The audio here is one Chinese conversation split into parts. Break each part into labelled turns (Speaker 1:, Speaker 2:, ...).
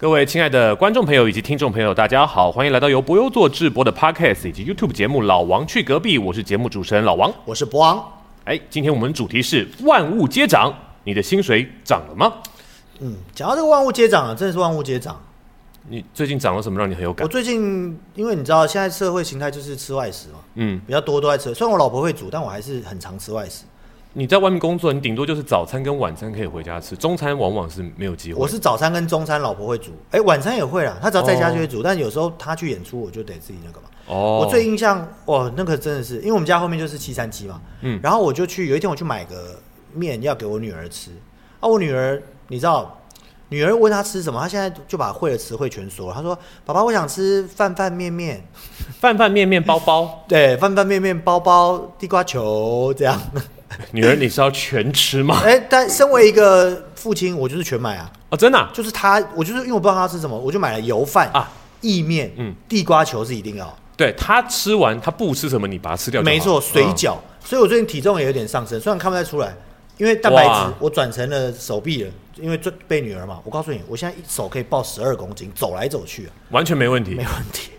Speaker 1: 各位亲爱的观众朋友以及听众朋友，大家好，欢迎来到由博优做直播的 Podcast 以及 YouTube 节目《老王去隔壁》，我是节目主持人老王。
Speaker 2: 我是博昂，
Speaker 1: 哎，今天我们主题是万物皆涨，你的薪水涨了吗？
Speaker 2: 嗯，讲到这个万物皆涨啊，真的是万物皆涨。
Speaker 1: 你最近涨了什么让你很有感
Speaker 2: 我？最近因为你知道现在社会形态就是吃外食嘛，
Speaker 1: 嗯，
Speaker 2: 比较多都在吃。虽然我老婆会煮，但我还是很常吃外食。
Speaker 1: 你在外面工作，你顶多就是早餐跟晚餐可以回家吃，中餐往往是没有机会。
Speaker 2: 我是早餐跟中餐老婆会煮，哎、晚餐也会啦。她只要在家就会煮，但有时候她去演出，我就得自己那个嘛。
Speaker 1: 哦，
Speaker 2: 我最印象哦，那个真的是，因为我们家后面就是七三七嘛，
Speaker 1: 嗯
Speaker 2: 然后我就去有一天我去买个面要给我女儿吃，啊，我女儿你知道，女儿问她吃什么，她现在就把会的词汇全说了，她说爸爸我想吃饭饭面面，
Speaker 1: 饭饭面面包包，
Speaker 2: 对，饭饭面面包包地瓜球这样，
Speaker 1: 女儿你是要全吃吗？
Speaker 2: 哎，但身为一个父亲，我就是全买啊，
Speaker 1: 哦，真的啊、
Speaker 2: 就是她，我就是因为我不知道她吃什么，我就买了油饭
Speaker 1: 啊
Speaker 2: 意面，
Speaker 1: 嗯
Speaker 2: 地瓜球是一定要。
Speaker 1: 对他吃完他不吃什么，你把它吃掉就好。
Speaker 2: 没错，水
Speaker 1: 嗯
Speaker 2: 饺。所以我最近体重也有点上升，虽然看不太出来，因为蛋白
Speaker 1: 哇
Speaker 2: 质我转成了手臂了，因为这被女儿嘛。我告诉你，我现在一手可以抱十二公斤，走来走去、啊、
Speaker 1: 嗯完全没问题
Speaker 2: 没。问题，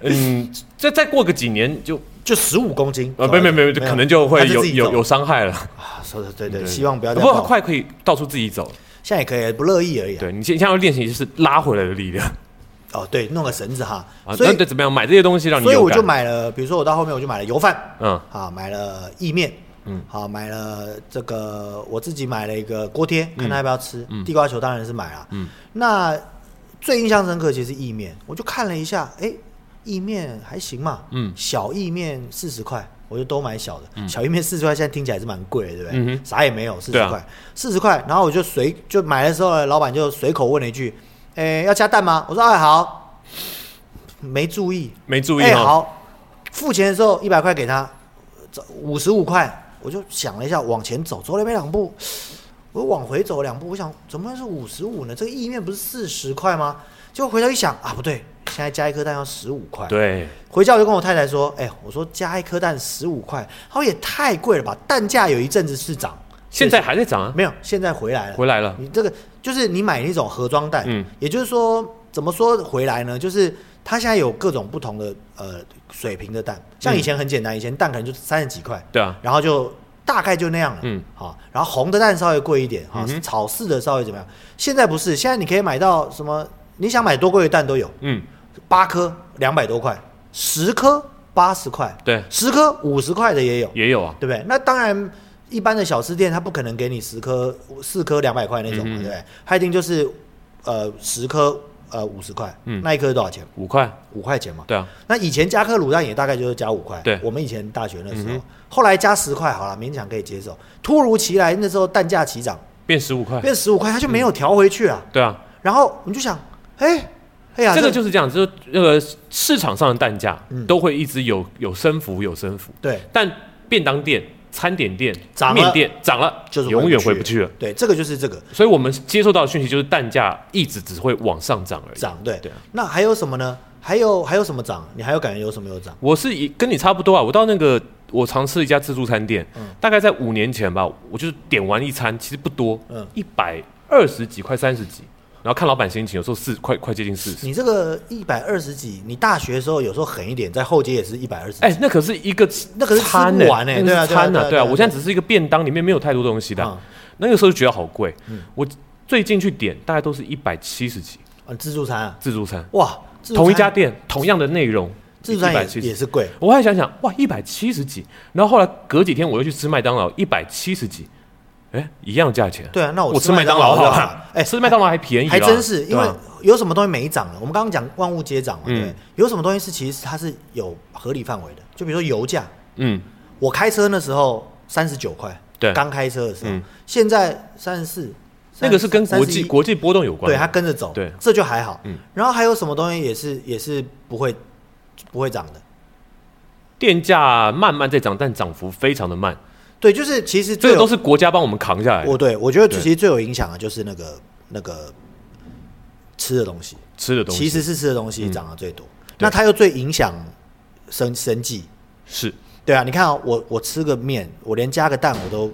Speaker 1: 嗯，再再过个几年就
Speaker 2: 就十五公斤。
Speaker 1: 呃，
Speaker 2: 走来
Speaker 1: 没没没，就可能就会
Speaker 2: 她
Speaker 1: 有
Speaker 2: 自己
Speaker 1: 有
Speaker 2: 走
Speaker 1: 有伤害了。
Speaker 2: 啊，说的对对，希望不要再
Speaker 1: 不过
Speaker 2: 抱。
Speaker 1: 他快可以到处自己走。
Speaker 2: 现在也可以，不乐意而已、啊。
Speaker 1: 对你现现在要练习就是拉回来的力量
Speaker 2: 哦，对，弄个绳子哈。
Speaker 1: 啊。
Speaker 2: 所
Speaker 1: 那
Speaker 2: 以
Speaker 1: 得怎么样？买这些东西让你
Speaker 2: 所以
Speaker 1: 有
Speaker 2: 我
Speaker 1: 感。
Speaker 2: 就买了，比如说我到后面我就买了油饭，
Speaker 1: 嗯
Speaker 2: 啊，买了意面，嗯，好，买了这个我自己买了一个锅贴，
Speaker 1: 嗯
Speaker 2: 看他要不要吃。地瓜球当然是买了，嗯，那最印象深刻其实是意面，我就看了一下，哎、意面还行嘛，
Speaker 1: 嗯
Speaker 2: 小意面四十块。我就都买小的，小意面四十块，现在听起来是蛮贵的，对不对？
Speaker 1: 嗯哼
Speaker 2: 啥也没有，四
Speaker 1: 对
Speaker 2: 十
Speaker 1: 啊
Speaker 2: 块，四十块。然后我就随就买的时候呢，老板就随口问了一句：“哎，要加蛋吗？”我说：“哎，好。”没注意，
Speaker 1: 没注意
Speaker 2: 哎、
Speaker 1: 哦。
Speaker 2: 好，付钱的时候一百块给他，五十五块，我就想了一下，往前走，走了没两步，我又往回走两步，我想怎么会是五十五呢？这个意面不是四十块吗？结果回头一想啊，不对，现在加一颗蛋要十五块。
Speaker 1: 对，
Speaker 2: 回家我就跟我太太说，哎、我说加一颗蛋十五块，她说也太贵了吧？蛋价有一阵子是涨，
Speaker 1: 现在还在涨啊，
Speaker 2: 没有，现在回来了。
Speaker 1: 回来了。
Speaker 2: 你这个就是你买那种盒装蛋，
Speaker 1: 嗯
Speaker 2: 也就是说怎么说回来呢？就是它现在有各种不同的呃水平的蛋，像
Speaker 1: 嗯
Speaker 2: 以前很简单，以前蛋可能就三十几块，
Speaker 1: 对啊，
Speaker 2: 然后就大概就那样了，
Speaker 1: 嗯，
Speaker 2: 好、然后红的蛋稍微贵一点，哈、
Speaker 1: 嗯哼
Speaker 2: 草饲的稍微怎么样？现在不是，现在你可以买到什么？你想买多贵的蛋都有，
Speaker 1: 嗯，
Speaker 2: 八颗两百多块，十颗八十块，
Speaker 1: 对，
Speaker 2: 十颗五十块的也有，
Speaker 1: 也有啊。
Speaker 2: 对不对？那当然，一般的小吃店它不可能给你十颗、四颗两百块那种嘛，
Speaker 1: 嗯
Speaker 2: 对不对？它一定就是呃十颗呃五十块，
Speaker 1: 嗯
Speaker 2: 那一颗多少钱？
Speaker 1: 五块，
Speaker 2: 五块钱嘛。
Speaker 1: 对啊，
Speaker 2: 那以前加颗卤蛋也大概就是加五块，
Speaker 1: 对
Speaker 2: 我们以前大学那时候，
Speaker 1: 嗯哼
Speaker 2: 后来加十块好了，勉强可以接受。突如其来那时候蛋价齐涨，
Speaker 1: 变十五块。
Speaker 2: 变十五块，它就没有调回去啊。
Speaker 1: 对啊，
Speaker 2: 然后我们就想，哎，哎呀，
Speaker 1: 这个就是这样，就是那个市场上的蛋价
Speaker 2: 嗯
Speaker 1: 都会一直有有升幅，有升幅。
Speaker 2: 对。
Speaker 1: 但便当店、餐点店、
Speaker 2: 涨了
Speaker 1: 面店涨了，
Speaker 2: 就是
Speaker 1: 永远回不去了。
Speaker 2: 对，这个就是这个，
Speaker 1: 所以我们接受到的讯息就是蛋价一直只会往上涨而已。
Speaker 2: 涨，对
Speaker 1: 对啊
Speaker 2: 那还有什么呢？还有还有什么涨？你还有感觉有什么有涨？
Speaker 1: 我是以跟你差不多啊，我到那个我常吃一家自助餐店，
Speaker 2: 嗯
Speaker 1: 大概在五年前吧，我就是点完一餐，其实不多，
Speaker 2: 嗯
Speaker 1: 一百二十几块三十几，然后看老板心情，有时候四快快接近四十。
Speaker 2: 你这个一百二十几，你大学的时候有时候狠一点，在后街也是一百二十。
Speaker 1: 哎、那可是一个
Speaker 2: 那可是吃不
Speaker 1: 餐呢、
Speaker 2: 完欸
Speaker 1: 那个
Speaker 2: 对啊
Speaker 1: 是
Speaker 2: 对啊
Speaker 1: 餐
Speaker 2: 对啊
Speaker 1: 对
Speaker 2: 对
Speaker 1: 啊，
Speaker 2: 啊嗯
Speaker 1: 我现在只是一个便当，里面没有太多东西的啊。那个时候就觉得好贵，我最近去点大概都是一百七十几
Speaker 2: 啊，自助餐啊，
Speaker 1: 自助餐，
Speaker 2: 哇，自助餐
Speaker 1: 同一家店同样的内容，
Speaker 2: 自助餐
Speaker 1: 170
Speaker 2: 也也是贵，
Speaker 1: 我还想想，哇，一百七十几，然后后来隔几天我又去吃麦当劳，一百七十几，哎，一样价钱。
Speaker 2: 对啊那我
Speaker 1: 我
Speaker 2: 吃
Speaker 1: 吃麦
Speaker 2: 麦当
Speaker 1: 劳
Speaker 2: 劳
Speaker 1: 好
Speaker 2: 就好
Speaker 1: 了
Speaker 2: 了，哎
Speaker 1: 吃麦当劳还便宜啦，啊
Speaker 2: 还真是因
Speaker 1: 对
Speaker 2: 为
Speaker 1: 吧
Speaker 2: 有什么东西没涨了？我们刚刚讲万物皆涨嘛，对不对
Speaker 1: 嗯
Speaker 2: 有什么东西是其实它是有合理范围的？就比如说油价，
Speaker 1: 嗯，
Speaker 2: 我开车那时候三十九块，
Speaker 1: 对
Speaker 2: 刚开车的时候
Speaker 1: 嗯，
Speaker 2: 现在三十四，
Speaker 1: 那个是跟国际
Speaker 2: 31
Speaker 1: 国际波动有关
Speaker 2: 对，
Speaker 1: 的，
Speaker 2: 它跟着走，
Speaker 1: 对
Speaker 2: 这就还好。
Speaker 1: 嗯
Speaker 2: 然后还有什么东西也是也是不会不会涨的？
Speaker 1: 电价慢慢在涨，但涨幅非常的慢，
Speaker 2: 对，就是其实
Speaker 1: 这
Speaker 2: 最
Speaker 1: 个
Speaker 2: 有
Speaker 1: 都是国家帮我们扛下来的
Speaker 2: 我对我觉得
Speaker 1: 对
Speaker 2: 其实最有影响的就是那个那个吃的东西，
Speaker 1: 吃的东西，嗯
Speaker 2: 其实是吃的东西涨得最多，那它又最影响生生计。
Speaker 1: 是
Speaker 2: 对啊，你看啊、我我吃个面，我
Speaker 1: 嗯
Speaker 2: 连加个蛋我都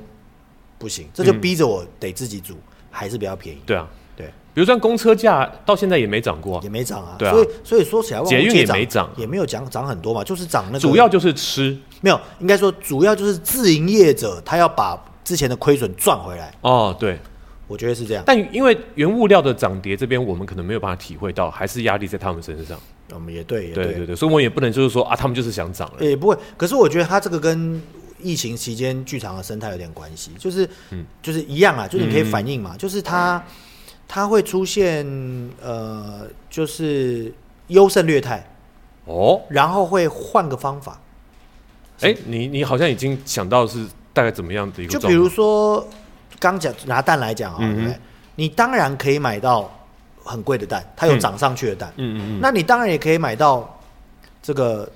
Speaker 2: 不行，这就逼着我得自己煮，还是比较便宜。
Speaker 1: 对啊。
Speaker 2: 对，
Speaker 1: 比如像公车价到现在也没涨过啊
Speaker 2: 也，没涨啊。
Speaker 1: 对啊
Speaker 2: 所以所以说起来，万物
Speaker 1: 捷运
Speaker 2: 皆
Speaker 1: 也没涨
Speaker 2: 也没有涨涨很多嘛，就是涨那个
Speaker 1: 主要就是吃
Speaker 2: 没有，应该说主要就是自营业者他要把之前的亏损赚回来，
Speaker 1: 哦，对。
Speaker 2: 我觉得是这样。
Speaker 1: 但因为原物料的涨跌这边，我们可能没有办法体会到，还是压力在他们身上。
Speaker 2: 我们也对，也
Speaker 1: 对对对，所以我们也不能就是说啊，他们就是想涨了。
Speaker 2: 也不会。可是我觉得它这个跟疫情期间剧场的生态有点关系，就是、
Speaker 1: 嗯
Speaker 2: 就是一样啊，就是你可以反映嘛，就是它它会出现呃，就是优胜劣汰，
Speaker 1: 哦，
Speaker 2: 然后会换个方法，
Speaker 1: 哎，你你好像已经想到是大概怎么样的一个
Speaker 2: 就
Speaker 1: 状况？
Speaker 2: 比
Speaker 1: 嗯
Speaker 2: 如说刚讲拿蛋来讲啊、对不对？你当然可以买到很贵的蛋，它有
Speaker 1: 嗯
Speaker 2: 涨上去的蛋，
Speaker 1: 嗯嗯嗯，
Speaker 2: 那你当然也可以买到这个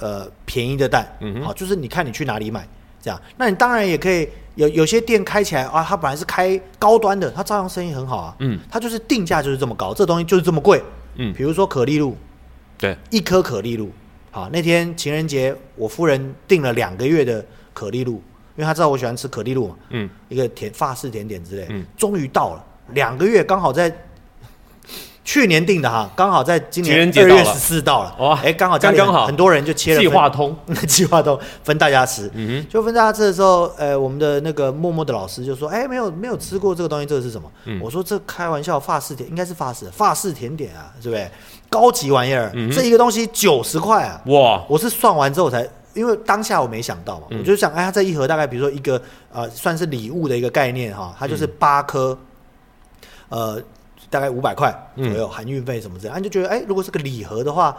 Speaker 2: 呃便宜的蛋，
Speaker 1: 嗯哼
Speaker 2: 好、就是你看你去哪里买这样。那你当然也可以有有些店开起来啊，它本来是开高端的，它照样生意很好啊，
Speaker 1: 嗯，
Speaker 2: 它就是定价就是这么高，这东西就是这么贵，
Speaker 1: 嗯
Speaker 2: 比如说可丽露，
Speaker 1: 对，
Speaker 2: 一颗可丽露，好，那天情人节我夫人订了两个月的可丽露，因为她知道我喜欢吃可丽露嘛，
Speaker 1: 嗯，
Speaker 2: 一个甜法式甜点之类，
Speaker 1: 嗯
Speaker 2: 终于到了，两个月刚好在去年订的哈，刚好在今年
Speaker 1: 情人
Speaker 2: 二
Speaker 1: 节到了
Speaker 2: 月十四到了，
Speaker 1: 哇
Speaker 2: 哎，刚好家里
Speaker 1: 刚刚好
Speaker 2: 很多人就切了
Speaker 1: 计
Speaker 2: 分
Speaker 1: 划通，
Speaker 2: 计划都分大家吃，
Speaker 1: 嗯
Speaker 2: 就分大家吃的时候，呃，我们的那个默默的老师就说，哎，没有没有吃过这个东西，这个是什么？我说这开玩笑，法式甜应该是法式的法式甜点啊，对不对？高级玩意儿，这一个东西九十块啊，
Speaker 1: 哼，哇，
Speaker 2: 我是算完之后才，因为当下我没想到嘛，
Speaker 1: 嗯
Speaker 2: 我就想，哎，它这一盒大概比如说一个呃，算是礼物的一个概念
Speaker 1: 嗯
Speaker 2: 哈，它就是八颗，呃，大概五百块左
Speaker 1: 嗯
Speaker 2: 右，含运费什么之类，啊，你就觉得，哎，如果是个礼盒的话，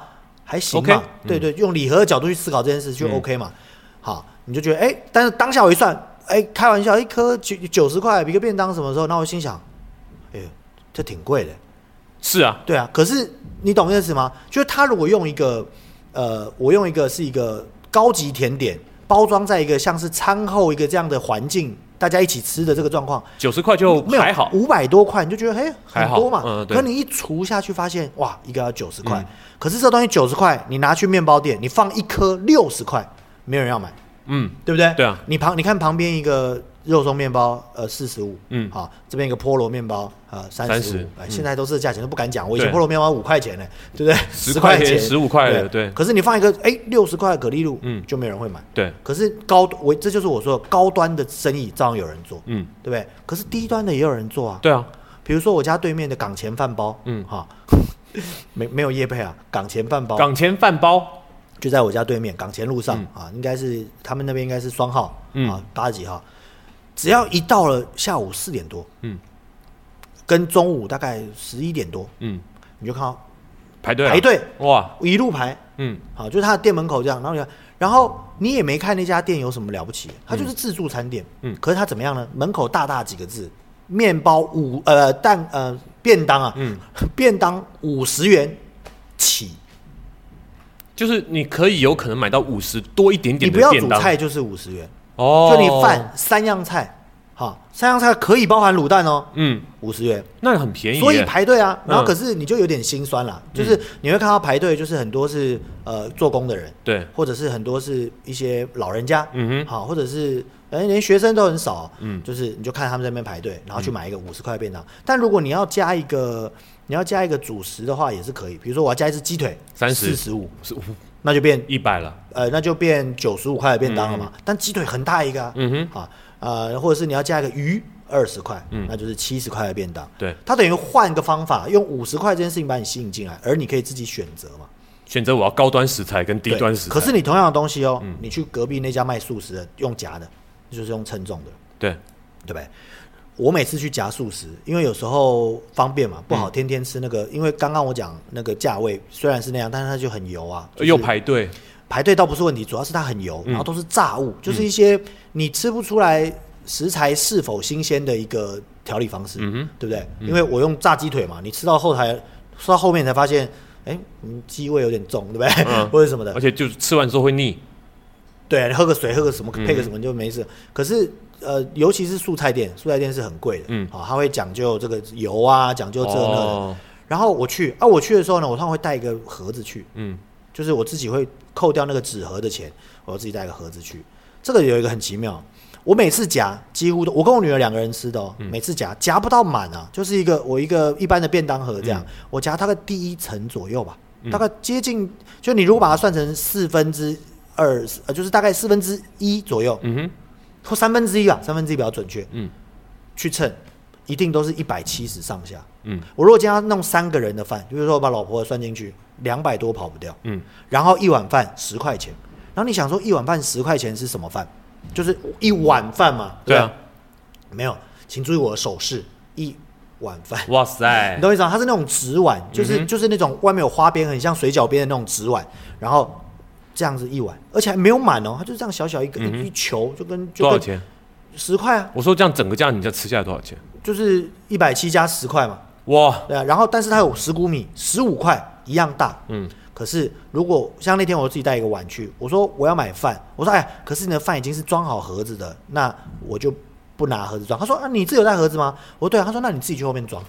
Speaker 2: 还行嘛
Speaker 1: OK，
Speaker 2: 对对，用礼盒的角度去思考这件事就
Speaker 1: 嗯
Speaker 2: OK 嘛，好，你就觉得，哎，但是当下我一算，哎，开玩笑，一颗九九十块，比个便当什么时候？那我心想，哎呦，这挺贵的。
Speaker 1: 是啊，
Speaker 2: 对啊，可是你懂意思吗？就是他如果用一个，呃，我用一个是一个高级甜点，包装在一个像是餐后一个这样的环境，大家一起吃的这个状况，
Speaker 1: 九十块就
Speaker 2: 没有
Speaker 1: 还好，
Speaker 2: 五百多块，你就觉得嘿
Speaker 1: 还
Speaker 2: 很
Speaker 1: 好
Speaker 2: 多嘛。
Speaker 1: 嗯对嗯
Speaker 2: 可你一除下去，发现哇，一个要九十块，可是这东西九十块，你拿去面包店，你放一颗六十块，没有人要买。
Speaker 1: 嗯，
Speaker 2: 对不对？
Speaker 1: 对啊
Speaker 2: 你旁你看旁边一个肉松面包，呃，四十五，
Speaker 1: 嗯
Speaker 2: 好，这边一个菠萝面包，呃，三十
Speaker 1: 35
Speaker 2: 五，哎，现在都是价钱都不敢讲，我以
Speaker 1: 对
Speaker 2: 前菠萝面包五块钱呢，对不对？
Speaker 1: 10
Speaker 2: 10
Speaker 1: 块钱
Speaker 2: 钱，
Speaker 1: 15块的对
Speaker 2: 可是你放一个哎六十块的可丽露，
Speaker 1: 嗯
Speaker 2: 嗯，就没有人会买。
Speaker 1: 对，
Speaker 2: 可是高我这就是我说的高端的生意照样有人做，
Speaker 1: 嗯，
Speaker 2: 对不对？可是低端的也有人做啊，
Speaker 1: 对啊，
Speaker 2: 比如说我家对面的港前饭包，
Speaker 1: 嗯
Speaker 2: 哈， 没没有业配啊，港前饭包，
Speaker 1: 港前饭包，
Speaker 2: 就在我家对面港前路上、啊，应该是他们那边应该是双号、
Speaker 1: 嗯
Speaker 2: 啊，八十几号。只要一到了下午四点多，
Speaker 1: 嗯，
Speaker 2: 跟中午大概十一点多，
Speaker 1: 嗯，
Speaker 2: 你就看到
Speaker 1: 排队啊
Speaker 2: 排队
Speaker 1: 哇，
Speaker 2: 一路排，
Speaker 1: 嗯，
Speaker 2: 好，就是他的店门口这样，然后你看，然后你也没看那家店有什么了不起，它就是自助餐店，
Speaker 1: 嗯
Speaker 2: 可是它怎么样呢？门口大大几个字，面包五呃蛋呃便当啊，
Speaker 1: 嗯，
Speaker 2: 便当五十元起，
Speaker 1: 就是你可以有可能买到五十多一点
Speaker 2: 你
Speaker 1: 点
Speaker 2: 不
Speaker 1: 的
Speaker 2: 要
Speaker 1: 便
Speaker 2: 煮
Speaker 1: 当
Speaker 2: 菜就是五十元，
Speaker 1: 哦，
Speaker 2: 就你饭三样菜，好，三样菜可以包含卤蛋哦，
Speaker 1: 嗯，
Speaker 2: 五十元。
Speaker 1: 那很便宜耶，
Speaker 2: 所以排队啊，然后
Speaker 1: 嗯
Speaker 2: 可是你就有点心酸啦，就是你会看到排队，就是很多是呃做工的人，
Speaker 1: 对，
Speaker 2: 或者是很多是一些老人家，
Speaker 1: 嗯哼
Speaker 2: 好，或者是哎连学生都很少，嗯，就是你就看他们在那边排队，然后去买一个五十块便当。但如果你要加一个你要加一个主食的话也是可以，比如说我要加一只鸡腿，
Speaker 1: 30
Speaker 2: 四十五，
Speaker 1: 是
Speaker 2: 那就变
Speaker 1: 一百了，
Speaker 2: 呃，那就变九十五块的便当了嘛。但鸡腿很大一个啊，
Speaker 1: 嗯
Speaker 2: 啊，呃，或者是你要加一个鱼，二十块，那就是七十块的便当。
Speaker 1: 对，
Speaker 2: 它等于换个方法，用五十块这件事情把你吸引进来，而你可以自己选择嘛。
Speaker 1: 选择我要高端食材跟低
Speaker 2: 对
Speaker 1: 端食嗯材，
Speaker 2: 可是你同样的东西哦，你去隔壁那家卖素食的，用夹的，就是用称重的，
Speaker 1: 对，
Speaker 2: 对不对？我每次去夹素食，因为有时候方便嘛，不
Speaker 1: 嗯
Speaker 2: 好天天吃那个。因为刚刚我讲那个价位虽然是那样，但是它就很油啊，就是
Speaker 1: 又排队，
Speaker 2: 排队倒不是问题，主要是它很油，
Speaker 1: 嗯
Speaker 2: 然后都是炸物，就是一些你吃不出来食材是否新鲜的一个调理方式，
Speaker 1: 嗯
Speaker 2: 对不对？因为我用炸鸡腿嘛，你吃到后台，吃到后面才发现，哎，嗯鸡味有点重，对不对？
Speaker 1: 嗯
Speaker 2: 或者什么的
Speaker 1: 而，且就是吃完之后会腻，
Speaker 2: 对，你喝个水，喝个什
Speaker 1: 嗯
Speaker 2: 么，配个什么就没事。可是呃，尤其是素菜店，素菜店是很贵的，
Speaker 1: 嗯
Speaker 2: 嗯，好、它会讲究这个油啊，讲究这那的。
Speaker 1: 哦
Speaker 2: 然后我去啊，我去的时候呢，我通常会带一个盒子去，
Speaker 1: 嗯，
Speaker 2: 就是我自己会扣掉那个纸盒的钱，我自己带一个盒子去。这个有一个很奇妙，我每次夹几乎都，我跟我女儿两个人吃的哦，
Speaker 1: 嗯
Speaker 2: 每次夹夹不到满啊，就是一个我一个一般的便当盒这样，
Speaker 1: 嗯
Speaker 2: 我夹大概第一层左右吧，大概接近，就你如果把它算成四分之二，呃，就是大概四分之一左右，
Speaker 1: 嗯哼，
Speaker 2: 或三分之一吧，啊三分之一比较准确，
Speaker 1: 嗯
Speaker 2: 去称，一定都是一百七十上下。
Speaker 1: 嗯
Speaker 2: 我如果今天要弄三个人的饭，比如说我把老婆算进去，两百多跑不掉，
Speaker 1: 嗯，
Speaker 2: 然后一碗饭十块钱，然后你想说一碗饭十块钱是什么饭？就是一碗饭嘛，
Speaker 1: 对
Speaker 2: 吧
Speaker 1: 啊，
Speaker 2: 没有，请注意我的手势，一碗饭。
Speaker 1: 哇塞
Speaker 2: 你，懂我意思吗？它是那种纸碗，就是、
Speaker 1: 嗯哼
Speaker 2: 就是那种外面有花边，很像水饺边的那种纸碗，然后这样子一碗，而且还没有满哦，它就这样小小一个、一一球，就跟就
Speaker 1: 嗯多
Speaker 2: 跟
Speaker 1: 少钱？
Speaker 2: 十块啊，
Speaker 1: 我说这样整个这样，你这样吃下来多少钱？
Speaker 2: 就是一百七加十块嘛，
Speaker 1: 哇，
Speaker 2: 对啊。然后但是它有十谷米，十五块一样大，
Speaker 1: 嗯
Speaker 2: 可是如果像那天我自己带一个碗去，我说我要买饭，我说哎呀，可是你的饭已经是装好盒子的，那我就不拿盒子装。他说啊，你自己有带盒子吗？我说对啊。他说那你自己去后面装。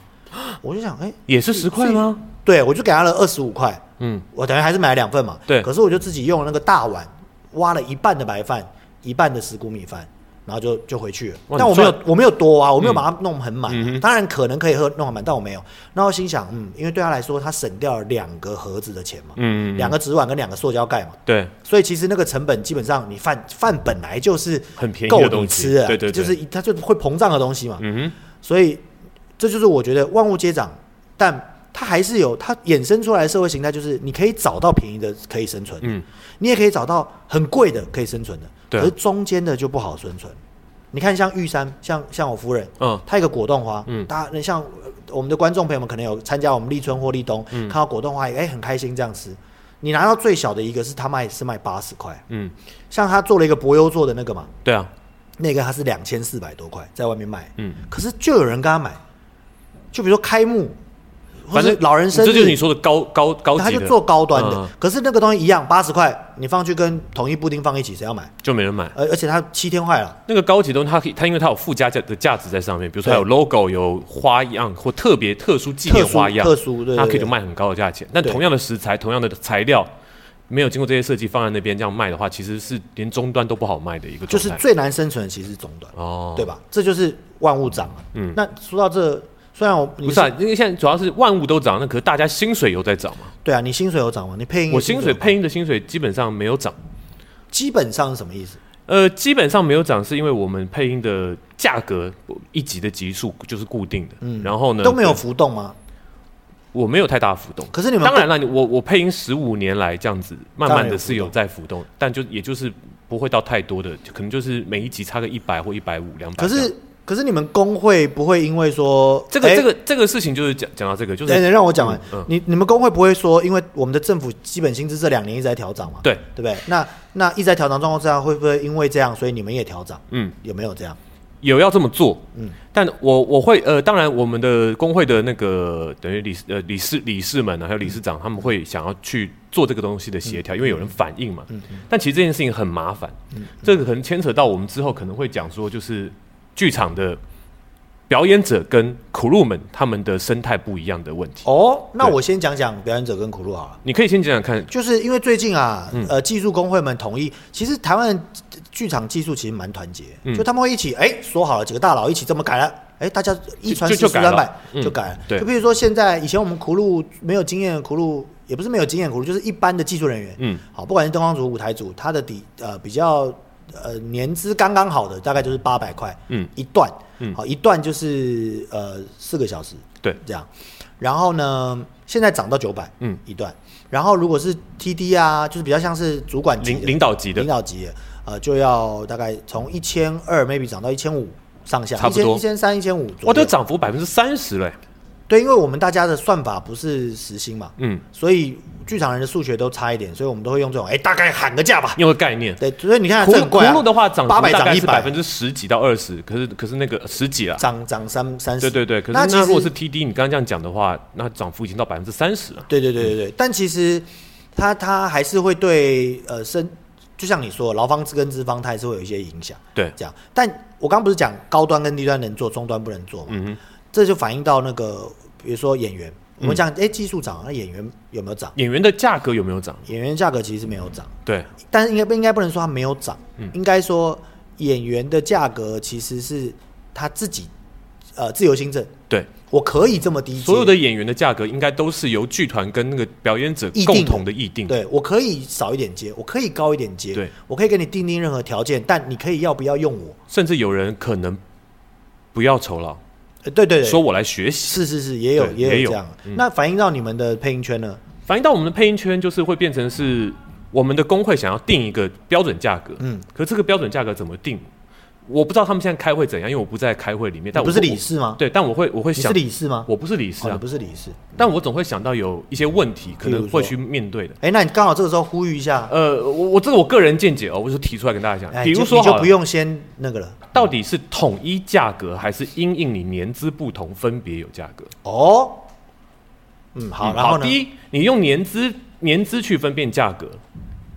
Speaker 2: 我就想，哎、
Speaker 1: 也是十块吗？
Speaker 2: 对，我就给他了二十五块，
Speaker 1: 嗯，
Speaker 2: 我等于还是买了两份嘛。
Speaker 1: 对
Speaker 2: 可是我就自己用那个大碗挖了一半的白饭，一半的石谷米饭，然后就就回去了。
Speaker 1: 哇
Speaker 2: 但
Speaker 1: 你
Speaker 2: 我没有
Speaker 1: 赚嗯
Speaker 2: 我没有多啊挖，我没有把它弄很满。啊
Speaker 1: 嗯哼
Speaker 2: 当然可能可以喝弄很满，但我没有。那我心想，嗯，因为对他来说，他省掉了两个盒子的钱嘛。
Speaker 1: 嗯，
Speaker 2: 两个纸碗跟两个塑胶盖嘛，
Speaker 1: 对，
Speaker 2: 所以其实那个成本基本上你饭饭本来就是
Speaker 1: 很便宜
Speaker 2: 够
Speaker 1: 的
Speaker 2: 你
Speaker 1: 东西
Speaker 2: 吃的，
Speaker 1: 对对对
Speaker 2: 就是它就会膨胀的东西嘛，
Speaker 1: 嗯哼，
Speaker 2: 所以这就是我觉得万物皆涨，但它还是有它衍生出来的社会形态，就是你可以找到便宜的可以生存，
Speaker 1: 嗯，
Speaker 2: 你也可以找到很贵的可以生存的，
Speaker 1: 对啊
Speaker 2: 可是中间的就不好生存。你看像玉山，像像我夫人，
Speaker 1: 嗯
Speaker 2: 她一个果冻花，
Speaker 1: 嗯
Speaker 2: 大家像呃我们的观众朋友们可能有参加我们立春或立冬，
Speaker 1: 嗯
Speaker 2: 看到果冻花，哎、很开心这样吃。你拿到最小的一个是他卖是卖八十块，
Speaker 1: 嗯，
Speaker 2: 像他做了一个博优做的那个嘛，
Speaker 1: 对啊，
Speaker 2: 那个他是两千四百多块在外面卖，
Speaker 1: 嗯，
Speaker 2: 可是就有人跟他买，就比如说开幕，或
Speaker 1: 反
Speaker 2: 是
Speaker 1: 正
Speaker 2: 老人生日，
Speaker 1: 这就是你说的高高高级
Speaker 2: 他
Speaker 1: 的，
Speaker 2: 就做高端的，
Speaker 1: 嗯
Speaker 2: 可是那个东西一样八十块，你放去跟统一布丁放一起，谁要买？
Speaker 1: 就没人买。
Speaker 2: 而而且它七天坏了，
Speaker 1: 那个高级的东西，它可以，它因为它有附加价的价值在上面，比如说它有 logo、有花样或特别特殊纪念花样，
Speaker 2: 特殊特殊对对
Speaker 1: 它可以
Speaker 2: 对
Speaker 1: 就卖很高的价钱。但
Speaker 2: 对
Speaker 1: 同样的食材、同样的材料，没有经过这些设计放在那边这样卖的话，其实是连终端都不好卖的一个
Speaker 2: 就
Speaker 1: 状态。
Speaker 2: 是最难生存的其实是终端，
Speaker 1: 哦，
Speaker 2: 对吧？这就是万物涨嘛。嗯，那说到这，虽然我
Speaker 1: 不
Speaker 2: 不
Speaker 1: 是啊，因为现在主要是万物都涨，那可是大家薪水有在涨嘛？
Speaker 2: 对啊，你薪水有涨吗？你配音
Speaker 1: 我薪水
Speaker 2: 有
Speaker 1: 配音的薪水基本上没有涨，
Speaker 2: 基本上是什么意思？
Speaker 1: 呃，基本上没有涨，是因为我们配音的价格一集的集数就是固定的，嗯，然后呢
Speaker 2: 都没有，浮动吗？
Speaker 1: 我没有太大浮动。
Speaker 2: 可是你们
Speaker 1: 当然了，你我我配音十五年来这样子，慢慢
Speaker 2: 当然
Speaker 1: 的
Speaker 2: 有
Speaker 1: 是有在浮动，但就也就是不会到太多的，就可能就是每一集差个一百或一百五、两百。
Speaker 2: 可是可是你们工会不会因为说
Speaker 1: 这个
Speaker 2: 哎
Speaker 1: 这个这个事情就是讲讲到这个，就
Speaker 2: 等
Speaker 1: 是
Speaker 2: 等，哎让我讲完。
Speaker 1: 嗯嗯
Speaker 2: 你你们工会不会说，因为我们的政府基本薪资这两年一直在调涨嘛？
Speaker 1: 对
Speaker 2: 对不对？那那一直在调涨状况之下，会不会因为这样，所以你们也调涨？
Speaker 1: 嗯，
Speaker 2: 有没有这样？
Speaker 1: 有要这么做，
Speaker 2: 嗯
Speaker 1: 嗯，但我我会呃，当然我们的工会的那个等于理事呃理事理事们啊，还有
Speaker 2: 嗯
Speaker 1: 理事长，他们会想要去做这个东西的协调，因为有人反映嘛。
Speaker 2: 嗯
Speaker 1: 但其实这件事情很麻烦，这个可能牵扯到我们之后可能会讲说，就是剧场的表演者跟 crew 们他们的生态不一样的问题。
Speaker 2: 哦，那
Speaker 1: 对
Speaker 2: 我先讲讲表演者跟苦路好了。
Speaker 1: 你可以先讲讲看，
Speaker 2: 就是因为最近啊，
Speaker 1: 嗯
Speaker 2: 呃，技术工会们同意，其实台湾的剧场技术其实蛮团结，
Speaker 1: 嗯
Speaker 2: 就他们会一起，哎、说好了几个大佬一起这么改了，哎，大家一传十，
Speaker 1: 就
Speaker 2: 十
Speaker 1: 就改
Speaker 2: 传
Speaker 1: 了
Speaker 2: 百，
Speaker 1: 嗯
Speaker 2: 就改了。
Speaker 1: 对
Speaker 2: 就比如说现在以前我们苦路没有经验的苦路，也不是没有经验的苦路，就是一般的技术人员，
Speaker 1: 嗯，
Speaker 2: 好，不管是灯光组、舞台组，他的底呃比较呃年资刚刚好的，大概就是八百块，
Speaker 1: 嗯，
Speaker 2: 一段，
Speaker 1: 嗯
Speaker 2: 好，一段就是呃四个小时，
Speaker 1: 对，
Speaker 2: 这样。然后呢，现在涨到九百，
Speaker 1: 嗯，
Speaker 2: 一段。然后如果是 TD 啊，就是比较像是主管级的
Speaker 1: 领领导级的
Speaker 2: 领导级的，呃，就要大概从一千二 maybe 涨到一千五上下，
Speaker 1: 差不多
Speaker 2: 一千三、一千五左右。
Speaker 1: 哇，这涨幅百分之三十嘞，
Speaker 2: 对，因为我们大家的算法不是时薪嘛，
Speaker 1: 嗯，
Speaker 2: 所以剧场人的数学都差一点，所以我们都会用这种，哎，大概喊个价吧。
Speaker 1: 因为概念。
Speaker 2: 对，所以你看
Speaker 1: 葫
Speaker 2: 这
Speaker 1: 芦
Speaker 2: 很贵
Speaker 1: 葫
Speaker 2: 啊，
Speaker 1: 芦的话涨幅
Speaker 2: 八百
Speaker 1: 大概
Speaker 2: 涨一
Speaker 1: 是百
Speaker 2: 百
Speaker 1: 分，之十几到二十，可是可是那个十几啦，啊
Speaker 2: 涨涨三三十。
Speaker 1: 对对对，可是
Speaker 2: 那
Speaker 1: 那
Speaker 2: 其实
Speaker 1: 如果是 TD，你刚刚这样讲的话，那涨幅已经到百分之三十了。
Speaker 2: 对对对对
Speaker 1: 嗯
Speaker 2: 对，但其实他他还是会对呃生，就像你说，劳方跟资方，它还是会有一些影响。
Speaker 1: 对，
Speaker 2: 这样，但我刚不是讲高端跟低端能做，终端不能做嘛？
Speaker 1: 嗯哼，
Speaker 2: 这就反映到那个，比如说演员，我们讲哎、诶技术涨，那演员有没有涨？
Speaker 1: 演员的价格有没有涨？
Speaker 2: 演员价格其实没有涨，
Speaker 1: 对，嗯
Speaker 2: 但是应该不应该不能说它没有涨，应该说演员的价格其实是他自己呃自由行政，
Speaker 1: 对，
Speaker 2: 我可以这么低接，
Speaker 1: 所有的演员的价格应该都是由剧团跟那个表演者
Speaker 2: 议定
Speaker 1: 共
Speaker 2: 的
Speaker 1: 同的议定。
Speaker 2: 对我可以少一点接，我可以高一点接，
Speaker 1: 对，
Speaker 2: 我可以给你定定任何条件，但你可以要不要用我？
Speaker 1: 甚至有人可能不要酬劳，
Speaker 2: 呃对对对，
Speaker 1: 说我来学习。
Speaker 2: 是是是，也有
Speaker 1: 对
Speaker 2: 也
Speaker 1: 也
Speaker 2: 有
Speaker 1: 有
Speaker 2: 这样。
Speaker 1: 嗯
Speaker 2: 那反映到你们的配音圈呢？
Speaker 1: 反映到我们的配音圈，就是会变成是我们的工会想要定一个标准价格，
Speaker 2: 嗯，
Speaker 1: 可这个标准价格怎么定？我不知道他们现在开会怎样，因为我不在开会里面。但我
Speaker 2: 你不是
Speaker 1: 会
Speaker 2: 理事吗？
Speaker 1: 对，但我会我会
Speaker 2: 你是
Speaker 1: 想，
Speaker 2: 理事吗？
Speaker 1: 我不是理事
Speaker 2: 哦，
Speaker 1: 啊
Speaker 2: 你，不是理事。
Speaker 1: 但我总会想到有一些问题可
Speaker 2: 譬
Speaker 1: 能
Speaker 2: 如
Speaker 1: 会
Speaker 2: 说
Speaker 1: 去面对的。
Speaker 2: 哎，那你刚好这个时候呼吁一下，
Speaker 1: 呃，我我这个我个人见解哦，我就提出来跟大家讲。
Speaker 2: 哎，
Speaker 1: 比如
Speaker 2: 就
Speaker 1: 说
Speaker 2: 你就
Speaker 1: 好了
Speaker 2: 不用先那个了。
Speaker 1: 到底是统一价格，还是因应你年资不同分别有价格？
Speaker 2: 哦，嗯，好，
Speaker 1: 嗯
Speaker 2: 然后呢？
Speaker 1: 第一，你用年资年资去分辨价格，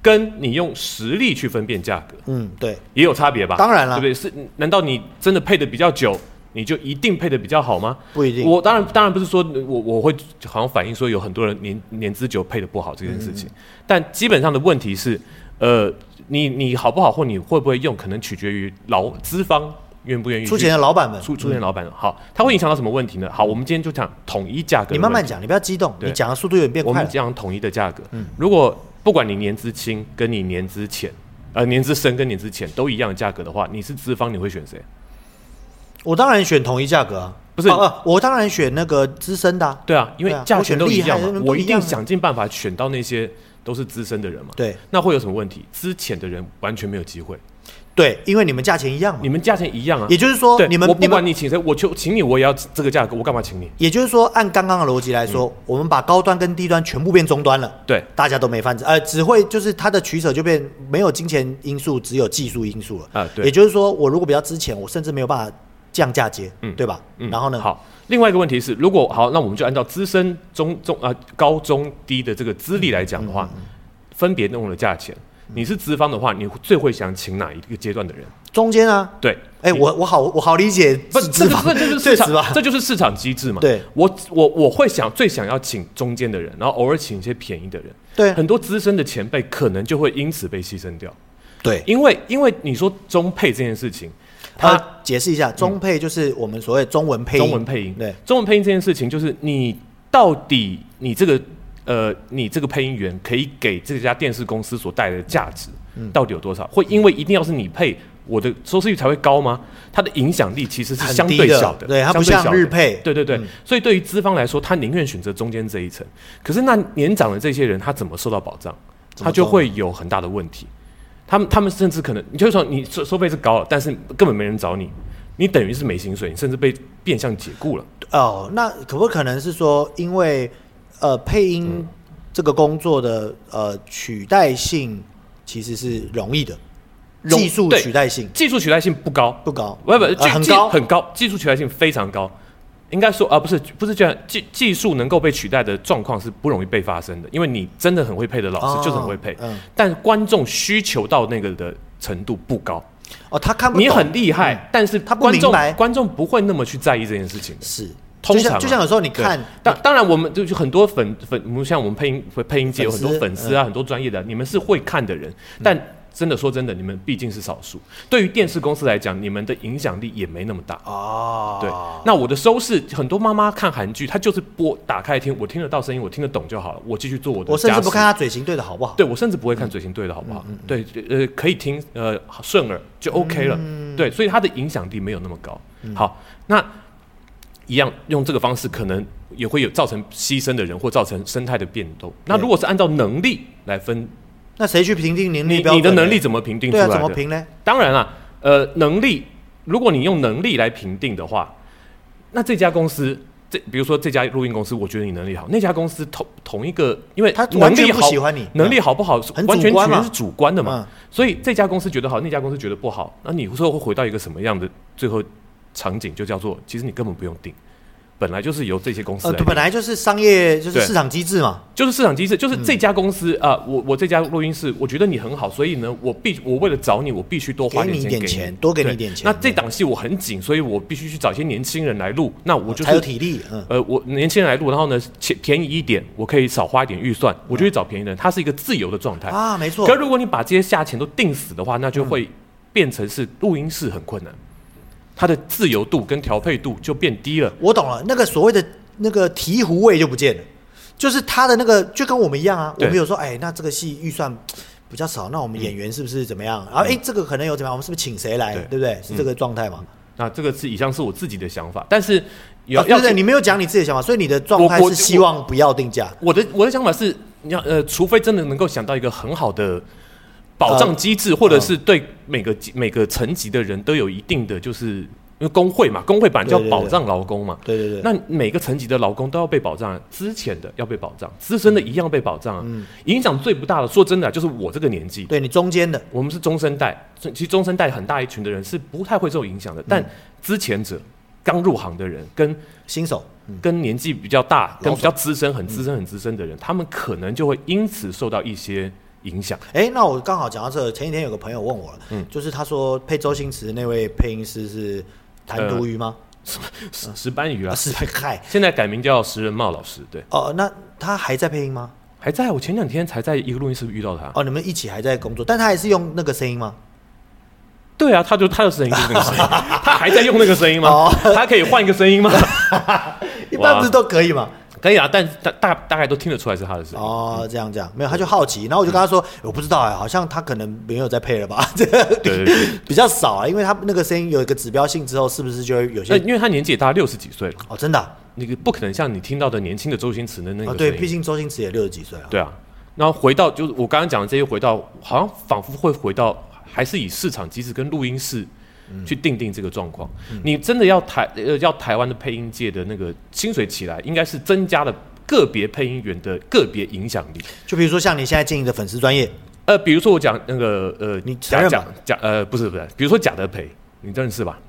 Speaker 1: 跟你用实力去分辨价格
Speaker 2: 嗯，对，
Speaker 1: 也有差别吧？
Speaker 2: 当然啦
Speaker 1: 对不对？是难道你真的配的比较久，你就一定配的比较好吗？
Speaker 2: 不一定。
Speaker 1: 我当然当然不是说我我会好像反映说有很多人年年资久配的不好这件事
Speaker 2: 嗯
Speaker 1: 情，但基本上的问题是，呃，你你好不好或你会不会用，可能取决于劳资方愿不愿意
Speaker 2: 出
Speaker 1: 去
Speaker 2: 钱的老板们，
Speaker 1: 出出现老板好，它会影响到什么问题呢？好，我们今天就讲统一价格。
Speaker 2: 你慢慢，讲，你不要激动，
Speaker 1: 对
Speaker 2: 你讲的速度有点变
Speaker 1: 我
Speaker 2: 快
Speaker 1: 们
Speaker 2: 了。
Speaker 1: 讲统一的价格。如果不管你年资轻跟你年资浅，呃，年资深跟年资浅都一样的价格的话，你是资方，你会选谁？
Speaker 2: 我当然选统一价格啊，
Speaker 1: 不是
Speaker 2: 哦哦我当然选那个资深的啊。
Speaker 1: 对啊，因为
Speaker 2: 对啊
Speaker 1: 价钱都一样
Speaker 2: 我选厉害的
Speaker 1: 嘛
Speaker 2: 人，
Speaker 1: 我
Speaker 2: 不一样
Speaker 1: 一
Speaker 2: 啊
Speaker 1: 定想尽办法选到那些都是资深的人嘛。
Speaker 2: 对
Speaker 1: 那会有什么问题？资浅的人完全没有机会。
Speaker 2: 对，因为你们价钱一样嘛
Speaker 1: 你，们价钱一样啊
Speaker 2: 也，就是说
Speaker 1: 对，
Speaker 2: 你们
Speaker 1: 我
Speaker 2: 你
Speaker 1: 不
Speaker 2: 们
Speaker 1: 管你请谁，我就请你，我也要这个价格，我干嘛请你？
Speaker 2: 也就是说，按刚刚的逻辑来说，我们把高端跟低端全部变终端了，
Speaker 1: 嗯对，
Speaker 2: 大家都没饭吃，呃，只会就是它的取舍就变没有金钱因素，只有技术因素了。
Speaker 1: 啊对
Speaker 2: 也就是说，我如果比较之前，我甚至没有办法降价接，
Speaker 1: 嗯
Speaker 2: 对吧？然后呢？，
Speaker 1: 好，另外一个问题是，如果好，那我们就按照资深、中、中啊、高中低的这个资历来讲的
Speaker 2: 嗯
Speaker 1: 话，分别弄了价钱。你是资方的话，你最会想请哪一个阶段的人？
Speaker 2: 中间啊，
Speaker 1: 对，
Speaker 2: 哎、
Speaker 1: 你
Speaker 2: 我我好我好理解
Speaker 1: 不，
Speaker 2: 资，
Speaker 1: 这
Speaker 2: 资
Speaker 1: 个
Speaker 2: 方
Speaker 1: 这 就是
Speaker 2: 确
Speaker 1: 市
Speaker 2: 实吧
Speaker 1: 场，这就是市场机制嘛。
Speaker 2: 对，
Speaker 1: 我我我会想最想要请中间的人，然后偶尔请一些便宜的人。
Speaker 2: 对
Speaker 1: 很多资深的前辈可能就会因此被牺牲掉，
Speaker 2: 对。
Speaker 1: 因为因为你说中配这件事情，它
Speaker 2: 呃，解释一下，中配就是我们所谓中文配音，
Speaker 1: 嗯中文配音，
Speaker 2: 对，
Speaker 1: 中文配音这件事情，就是你到底你这个呃，你这个配音员可以给这家电视公司所带来的价值，
Speaker 2: 嗯
Speaker 1: 到底有多少？会因为一定要是你配，我的收视率才会高吗？它的影响力其实是
Speaker 2: 很
Speaker 1: 相
Speaker 2: 低
Speaker 1: 对
Speaker 2: 的
Speaker 1: 小的，
Speaker 2: 对它
Speaker 1: 相
Speaker 2: 不
Speaker 1: 对
Speaker 2: 像
Speaker 1: 小的
Speaker 2: 日配
Speaker 1: 对对对。所以对于资方来说，他宁愿选择中间这一层。可是那年长的这些人，他怎么受到保障？
Speaker 2: 怎么
Speaker 1: 他就
Speaker 2: 懂
Speaker 1: 会有很大的问题。他们他们甚至可能，你就是说你收收费是高了，但是根本没人找你，你等于是没薪水，你甚至被变相解雇了。
Speaker 2: 哦，那可不可能是说，因为呃，配
Speaker 1: 嗯
Speaker 2: 音这个工作的呃取代性其实是容易的，
Speaker 1: 容
Speaker 2: 技术
Speaker 1: 对
Speaker 2: 取代性
Speaker 1: 技术取代性不高，
Speaker 2: 不高，
Speaker 1: 不不，
Speaker 2: 呃
Speaker 1: 技
Speaker 2: 很
Speaker 1: 技
Speaker 2: 高，
Speaker 1: 很高，技术取代性非常高。应该说啊，不是不是这样，技技术能够被取代的状况是不容易被发生的，因为你真的很会配的老
Speaker 2: 哦
Speaker 1: 师就是很会配，
Speaker 2: 嗯
Speaker 1: 但观众需求到那个的程度不高。
Speaker 2: 哦，他看不懂嗯
Speaker 1: 你很厉害，但是
Speaker 2: 他不
Speaker 1: 观众
Speaker 2: 明白
Speaker 1: 观众不会那么去在意这件事情的。
Speaker 2: 是，
Speaker 1: 通
Speaker 2: 就
Speaker 1: 常啊、
Speaker 2: 像就像有时候你
Speaker 1: 对
Speaker 2: 看，
Speaker 1: 当当然我们就是很多粉粉，我们像我们配音配音界有很多
Speaker 2: 粉
Speaker 1: 粉
Speaker 2: 丝
Speaker 1: 丝啊，很多专业的，你们是会看的人，但真的说真的，你们毕竟是少数。对于电视公司来讲，你们的影响力也没那么大。
Speaker 2: 哦，
Speaker 1: 对，那我的收视，很多妈妈看韩剧，她就是播打开来听，我听得到声音，我听得懂就好了，我继续做我的。
Speaker 2: 我甚至不看，他嘴型对的好不好，
Speaker 1: 对我甚至不会看嘴型对的好不好？
Speaker 2: 嗯
Speaker 1: 对，呃，可以听，呃，顺耳就 OK 了。对，所以它的影响力没有那么高。
Speaker 2: 嗯
Speaker 1: 好，那一样用这个方式，可能也会有造成牺牲的人或造成生态的变动。那
Speaker 2: 对
Speaker 1: 如果是按照能力来分，
Speaker 2: 那谁去评定能力
Speaker 1: 你
Speaker 2: 标准
Speaker 1: 你的
Speaker 2: 呢
Speaker 1: 能力怎么评定出
Speaker 2: 对
Speaker 1: 来
Speaker 2: 啊，
Speaker 1: 的？
Speaker 2: 怎么评呢？
Speaker 1: 当然啦，呃，能力，如果你用能力来评定的话，那这家公司，这比如说这家录音公司，我觉得你能力好，那家公司同同一个，因为
Speaker 2: 他
Speaker 1: 能
Speaker 2: 完全
Speaker 1: 力
Speaker 2: 不
Speaker 1: 好
Speaker 2: 喜欢你
Speaker 1: 能力好不好是
Speaker 2: 很
Speaker 1: 完全
Speaker 2: 主观
Speaker 1: 全
Speaker 2: 嘛
Speaker 1: 是主观的嘛，
Speaker 2: 嗯
Speaker 1: 所以这家公司觉得好，那家公司觉得不好，那你最后会回到一个什么样的最后场景？就叫做其实你根本不用定。本来就是由这些公司
Speaker 2: 呃，
Speaker 1: 来定、
Speaker 2: 本来就是商业就是
Speaker 1: 对
Speaker 2: 市场机制嘛，
Speaker 1: 就是市场机制，
Speaker 2: 嗯
Speaker 1: 就是这家公司啊、我我这家录音室，我觉得你很好，所以呢，我必我为了找你，我必须多花
Speaker 2: 给
Speaker 1: 点
Speaker 2: 你一
Speaker 1: 钱
Speaker 2: 点
Speaker 1: 给
Speaker 2: 钱多给你一点
Speaker 1: 对
Speaker 2: 钱嗯
Speaker 1: 那这档戏我很紧，所以我必须去找一些年轻人来录。那我就
Speaker 2: 才有
Speaker 1: 是
Speaker 2: 体力，嗯，
Speaker 1: 呃，我年轻人来录，然后呢，钱便宜一点，我可以少花一点预算，我就去找便宜的人。它是一个自由的状态。
Speaker 2: 嗯啊，没错嗯
Speaker 1: 可，如果你把这些价钱都定死的话，那就会变成是录音室很困难，它的自由度跟调配度就变低了。
Speaker 2: 我懂了，那个所谓的那个醍醐味就不见了，就是他的那个就跟我们一样啊，我
Speaker 1: 对
Speaker 2: 们有说，哎，那这个戏预算比较少，那我们演员是不是怎么样？然后哎，这个可能有怎么样，我们是不是请谁
Speaker 1: 嗯
Speaker 2: 来，
Speaker 1: 对嗯
Speaker 2: 对不对？是这个状态嘛？
Speaker 1: 那这个是以上是我自己的想法，但是
Speaker 2: 啊
Speaker 1: 要、
Speaker 2: 对
Speaker 1: 要
Speaker 2: 不对？你没有讲你自己的想法，所以你的状态
Speaker 1: 我我
Speaker 2: 是希望不要定价。
Speaker 1: 我的我的想法是，你要呃，除非真的能够想到一个很好的保障机
Speaker 2: 嗯
Speaker 1: 制，或者是对每个级每个层级的人都有一定的，就是因为工会嘛，工会本来就
Speaker 2: 对对
Speaker 1: 要保障劳工嘛。
Speaker 2: 对对对，
Speaker 1: 那每个层级的劳工都要被保障啊，之前的要被保障，资深的一样被保障啊。影响最不大的，说真的啊、就是我这个年纪，
Speaker 2: 嗯对你中间的，
Speaker 1: 我们是中生代，所以其实中生代很大一群的人是不太会受影响
Speaker 2: 嗯
Speaker 1: 的。但之前者刚入行的人跟
Speaker 2: 新手，
Speaker 1: 跟年纪比较大、跟
Speaker 2: 嗯老手嗯
Speaker 1: 比较资深、很资深、很资深的人，他们可能就会因此受到一些影响。
Speaker 2: 哎，那我刚好讲到这，前几天有个朋友问我了，
Speaker 1: 嗯
Speaker 2: 就是他说配周星驰那位配音师是
Speaker 1: 呃
Speaker 2: 谭毒鱼吗？
Speaker 1: 石石斑鱼啊
Speaker 2: 啊，，是嗨
Speaker 1: 现在改名叫石人茂老师，对，
Speaker 2: 哦，那他还在配音吗？
Speaker 1: 还在我前两天才在一个录音室遇到他。
Speaker 2: 哦，你们一起还在工作，但他还是用那个声音吗？
Speaker 1: 对啊，他就他的声音就是那个声音，他还在用那个声音吗
Speaker 2: 哦？
Speaker 1: 他可以换一个声音吗？
Speaker 2: 一般不是都可以吗？
Speaker 1: 可以啊，但大大大概都听得出来是他的声音。
Speaker 2: 哦，这样这样，没有，他就好奇，然后我就跟他说，我不知道哎、好像他可能没有在配了吧， 这个
Speaker 1: 对对对，
Speaker 2: 比较少啊，因为他那个声音有一个指标性之后，是不是就会
Speaker 1: 那
Speaker 2: 有些
Speaker 1: 呃因为他年纪也大，六十几岁了，
Speaker 2: 哦，真的啊、
Speaker 1: 那个不可能像你听到的年轻的周星驰的那
Speaker 2: 哦，
Speaker 1: 个
Speaker 2: 对，
Speaker 1: 声
Speaker 2: 毕
Speaker 1: 音。
Speaker 2: 竟周星驰也六十几岁了，
Speaker 1: 对啊，然后回到就是我刚刚讲的这些，回到好像仿佛会回到还是以市场机制跟录音室去定定这个状况。你真的要台呃要台湾的配音界的那个薪水起来，应该是增加了个别配音员的个别影响力。
Speaker 2: 就比如说像你现在经营的粉丝专业，
Speaker 1: 呃，比如说我讲那个呃，
Speaker 2: 你承
Speaker 1: 假
Speaker 2: 认
Speaker 1: 假
Speaker 2: 吧
Speaker 1: 假呃不是不是，比如说贾德培，你认识吧？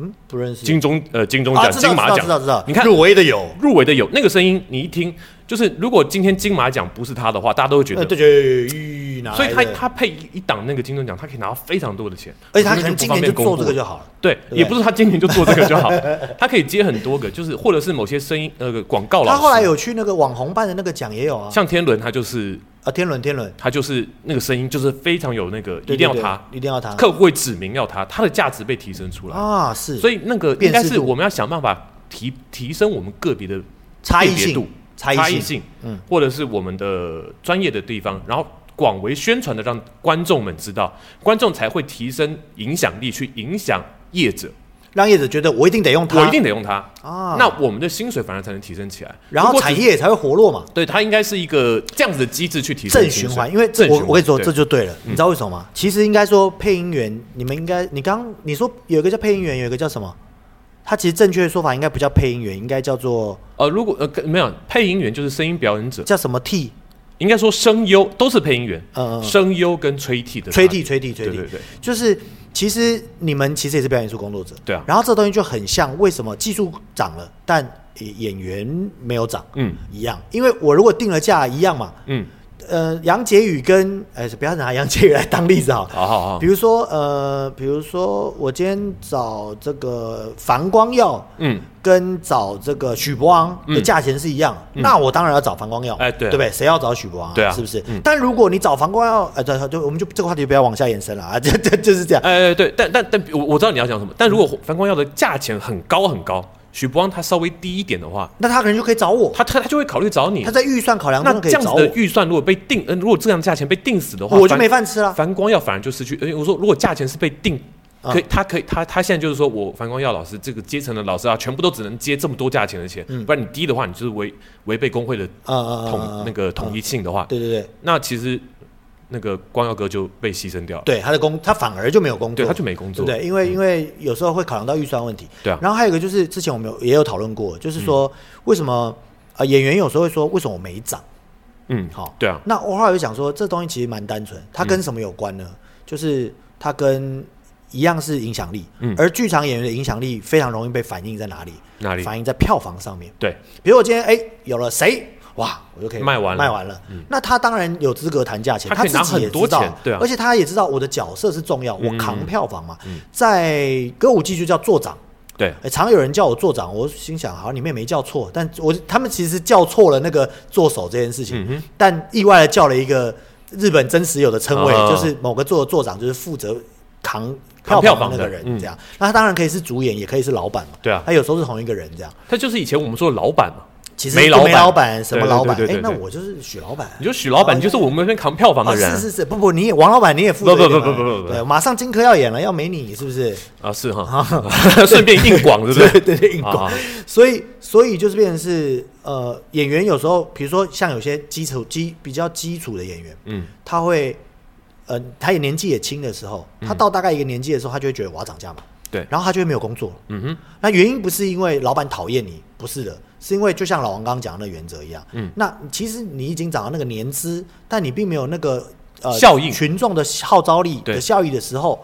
Speaker 2: 嗯，不认识
Speaker 1: 金钟呃金钟
Speaker 2: 啊，
Speaker 1: 奖、
Speaker 2: 知道
Speaker 1: 金
Speaker 2: 知
Speaker 1: 马
Speaker 2: 道
Speaker 1: 奖
Speaker 2: 知道知道，
Speaker 1: 你看
Speaker 2: 入围的有，
Speaker 1: 入围的有那个声音，你一听就是，如果今天金马奖不是他的话，大家都会觉得
Speaker 2: 呃，对对对，哪来
Speaker 1: 所以他
Speaker 2: 的
Speaker 1: 他配一档那个金钟奖，他可以拿到非常多的钱，
Speaker 2: 而且他
Speaker 1: 我
Speaker 2: 可
Speaker 1: 觉得
Speaker 2: 能
Speaker 1: 不
Speaker 2: 今
Speaker 1: 方
Speaker 2: 年
Speaker 1: 便
Speaker 2: 就
Speaker 1: 公布
Speaker 2: 做这个就好了，
Speaker 1: 对，
Speaker 2: 对
Speaker 1: 也不是他今年就做这个就 好，他可以接很多个，就是或者是某些声音那个广哦告老师，
Speaker 2: 他后来有去那个网红办的那个奖也有啊，
Speaker 1: 像天伦，他就是
Speaker 2: 啊，天伦天伦，
Speaker 1: 他就是那个声音就是非常有那个，
Speaker 2: 对
Speaker 1: 一定要，
Speaker 2: 对
Speaker 1: 他，
Speaker 2: 对一定要他
Speaker 1: 客户会指明要他，他的价值被提升出来，
Speaker 2: 啊，是，
Speaker 1: 所以那个应
Speaker 2: 辨识
Speaker 1: 该
Speaker 2: 度
Speaker 1: 是我们要想办法提提升我们个别的
Speaker 2: 差异
Speaker 1: 辨别度
Speaker 2: 性，差
Speaker 1: 差异
Speaker 2: 异性，
Speaker 1: 性，嗯，或者是我们的专业的地方，然后广为宣传的让观众们知道，观众才会提升影响力，去影响业者，
Speaker 2: 让业者觉得我一定得用它，
Speaker 1: 我一定得用它
Speaker 2: 啊
Speaker 1: 那我们的薪水反而才能提升起来，
Speaker 2: 然
Speaker 1: 如
Speaker 2: 后
Speaker 1: 果只
Speaker 2: 产业才会活络嘛，
Speaker 1: 对它应该是一个这样子的机制去提升
Speaker 2: 正
Speaker 1: 薪
Speaker 2: 循
Speaker 1: 水
Speaker 2: 环。因为
Speaker 1: 正循
Speaker 2: 我
Speaker 1: 环
Speaker 2: 我跟你说，
Speaker 1: 对嗯
Speaker 2: 这就对了，你知道为什么吗？其实应该说配音员，你们应该，你刚你说有一个叫配音员，有一个叫什么？他其实正确的说法应该不叫配音员，应该叫做
Speaker 1: 呃，如果呃跟没有配音员就是声音表演者，
Speaker 2: 叫什么替？
Speaker 1: 应该说声优都是配音员，
Speaker 2: 嗯嗯嗯
Speaker 1: 声优跟吹替的
Speaker 2: 吹
Speaker 1: 差别
Speaker 2: 替，吹替，吹
Speaker 1: 对
Speaker 2: 替
Speaker 1: 对对，
Speaker 2: 就是其实你们其实也是表演艺术工作者，
Speaker 1: 对啊
Speaker 2: 然后这东西就很像为什么技术涨了，但演员没有涨
Speaker 1: 嗯
Speaker 2: 一样，因为我如果定了价一样嘛，
Speaker 1: 嗯，
Speaker 2: 呃，杨洁宇跟呃，不要拿杨洁宇来当例子好了。
Speaker 1: 好好好
Speaker 2: 比，如说，呃，比如说，我今天找这个樊光耀
Speaker 1: 嗯，
Speaker 2: 跟找这个许博昂的
Speaker 1: 嗯
Speaker 2: 价钱是一样，那我当然要找樊光耀，
Speaker 1: 哎对啊
Speaker 2: 对不对？谁要找许博昂？
Speaker 1: 对啊
Speaker 2: 是不是？但如果你找樊光耀，呃，对，对，我们就这个话题就不要往下延伸了啊，这这就是这样。
Speaker 1: 哎、对，但但但我我知道你要讲什么，但如
Speaker 2: 嗯
Speaker 1: 果樊光耀的价钱很高很高，许博昂他稍微低一点的话，
Speaker 2: 那他可能就可以找我，
Speaker 1: 他他他就会考虑找你
Speaker 2: 他。在预算考量
Speaker 1: 那
Speaker 2: 中
Speaker 1: 这
Speaker 2: 可以
Speaker 1: 样子
Speaker 2: 找
Speaker 1: 的
Speaker 2: 我，
Speaker 1: 预算如果被定，呃，如果这样价钱被定死的话，
Speaker 2: 我就
Speaker 1: 樊
Speaker 2: 没饭吃了。
Speaker 1: 樊光耀反而就失去。呃，我说如果价钱是被定，
Speaker 2: 啊
Speaker 1: 可以，他可以，他他现在就是说我樊光耀老师这个阶层的老师啊，全部都只能接这么多价钱的钱，不然你低的话，你就是违违背工会的
Speaker 2: 嗯啊啊啊
Speaker 1: 统、
Speaker 2: 啊啊
Speaker 1: 那个统一性的话，
Speaker 2: 对对对
Speaker 1: 那其实那个光耀哥就被牺牲掉了。
Speaker 2: 对，他的工他反而就没有工作，
Speaker 1: 对，他就没工
Speaker 2: 对
Speaker 1: 作。嗯
Speaker 2: 不对？因为因为有时候会考量到预算问题。
Speaker 1: 对啊嗯
Speaker 2: 然后还有一个就是之前我们有也有讨论过，就是说为什么呃演员有时候会说为什么我没涨？
Speaker 1: 嗯，
Speaker 2: 好，
Speaker 1: 对啊，
Speaker 2: 那我后来就想说这东西其实蛮单纯，它跟什么有关
Speaker 1: 嗯
Speaker 2: 呢？就是它跟一样是影响力，
Speaker 1: 嗯
Speaker 2: 而剧场演员的影响力非常容易被反映在哪里？
Speaker 1: 哪里？
Speaker 2: 反映在票房上面。
Speaker 1: 对，
Speaker 2: 比如我今天哎有了谁，哇，我就可以
Speaker 1: 卖完了嗯
Speaker 2: 卖完了。那他当然有资格谈价钱，
Speaker 1: 他可以
Speaker 2: 自
Speaker 1: 拿
Speaker 2: 己也
Speaker 1: 很多
Speaker 2: 知道
Speaker 1: 钱对啊嗯
Speaker 2: 而且他也知道我的角色是重要，我扛票房嘛。在歌舞伎就叫座长。
Speaker 1: 对，
Speaker 2: 哎，常有人叫我座长，我心想，好，你们也没叫错，但我他们其实叫错了那个座手这件事
Speaker 1: 嗯
Speaker 2: 情，但意外的叫了一个日本真实有的称谓，
Speaker 1: 哦
Speaker 2: 就是某个座的座长，就是负责扛
Speaker 1: 扛
Speaker 2: 票
Speaker 1: 票房
Speaker 2: 房那个
Speaker 1: 的
Speaker 2: 人
Speaker 1: 嗯
Speaker 2: 这样。那他当然可以是主演，也可以是老板嘛。
Speaker 1: 对啊
Speaker 2: 他有时候是同一个人这样。
Speaker 1: 他就是以前我们说的老板嘛，
Speaker 2: 其实
Speaker 1: 煤
Speaker 2: 就
Speaker 1: 老
Speaker 2: 煤
Speaker 1: 板
Speaker 2: 老板什么
Speaker 1: 对对
Speaker 2: 老板？
Speaker 1: 对对
Speaker 2: 哎
Speaker 1: 对，
Speaker 2: 那
Speaker 1: 对
Speaker 2: 我就是许老板。
Speaker 1: 你就许老板，
Speaker 2: 哦
Speaker 1: 你就是我们那边扛票房的人
Speaker 2: 哦，是是是，不不，你也王老板你也负责
Speaker 1: 不不
Speaker 2: 一点嘛
Speaker 1: 不不不不
Speaker 2: 对，马上荆轲要演了，要没你是不是？
Speaker 1: 啊，是哈， 顺便硬广， 对不对？
Speaker 2: 啊对对，硬广
Speaker 1: 啊。
Speaker 2: 所以所以就是变成是呃，演员有时候，比如说像有些基础基比较基础的演员，
Speaker 1: 嗯，
Speaker 2: 他会呃，他也年纪也轻的时候，
Speaker 1: 嗯
Speaker 2: 他到大概一个年纪的时候，他就会觉得我要涨价嘛，
Speaker 1: 对，
Speaker 2: 然后他就会没有工作了。
Speaker 1: 嗯哼，
Speaker 2: 那原因不是因为老板讨厌你，不是的，是因为就像老王刚刚讲的那原则一样，
Speaker 1: 嗯，
Speaker 2: 那其实你已经涨到那个年资，但你并没有那个呃
Speaker 1: 效应
Speaker 2: 群众的号召力
Speaker 1: 对
Speaker 2: 的效益的时候，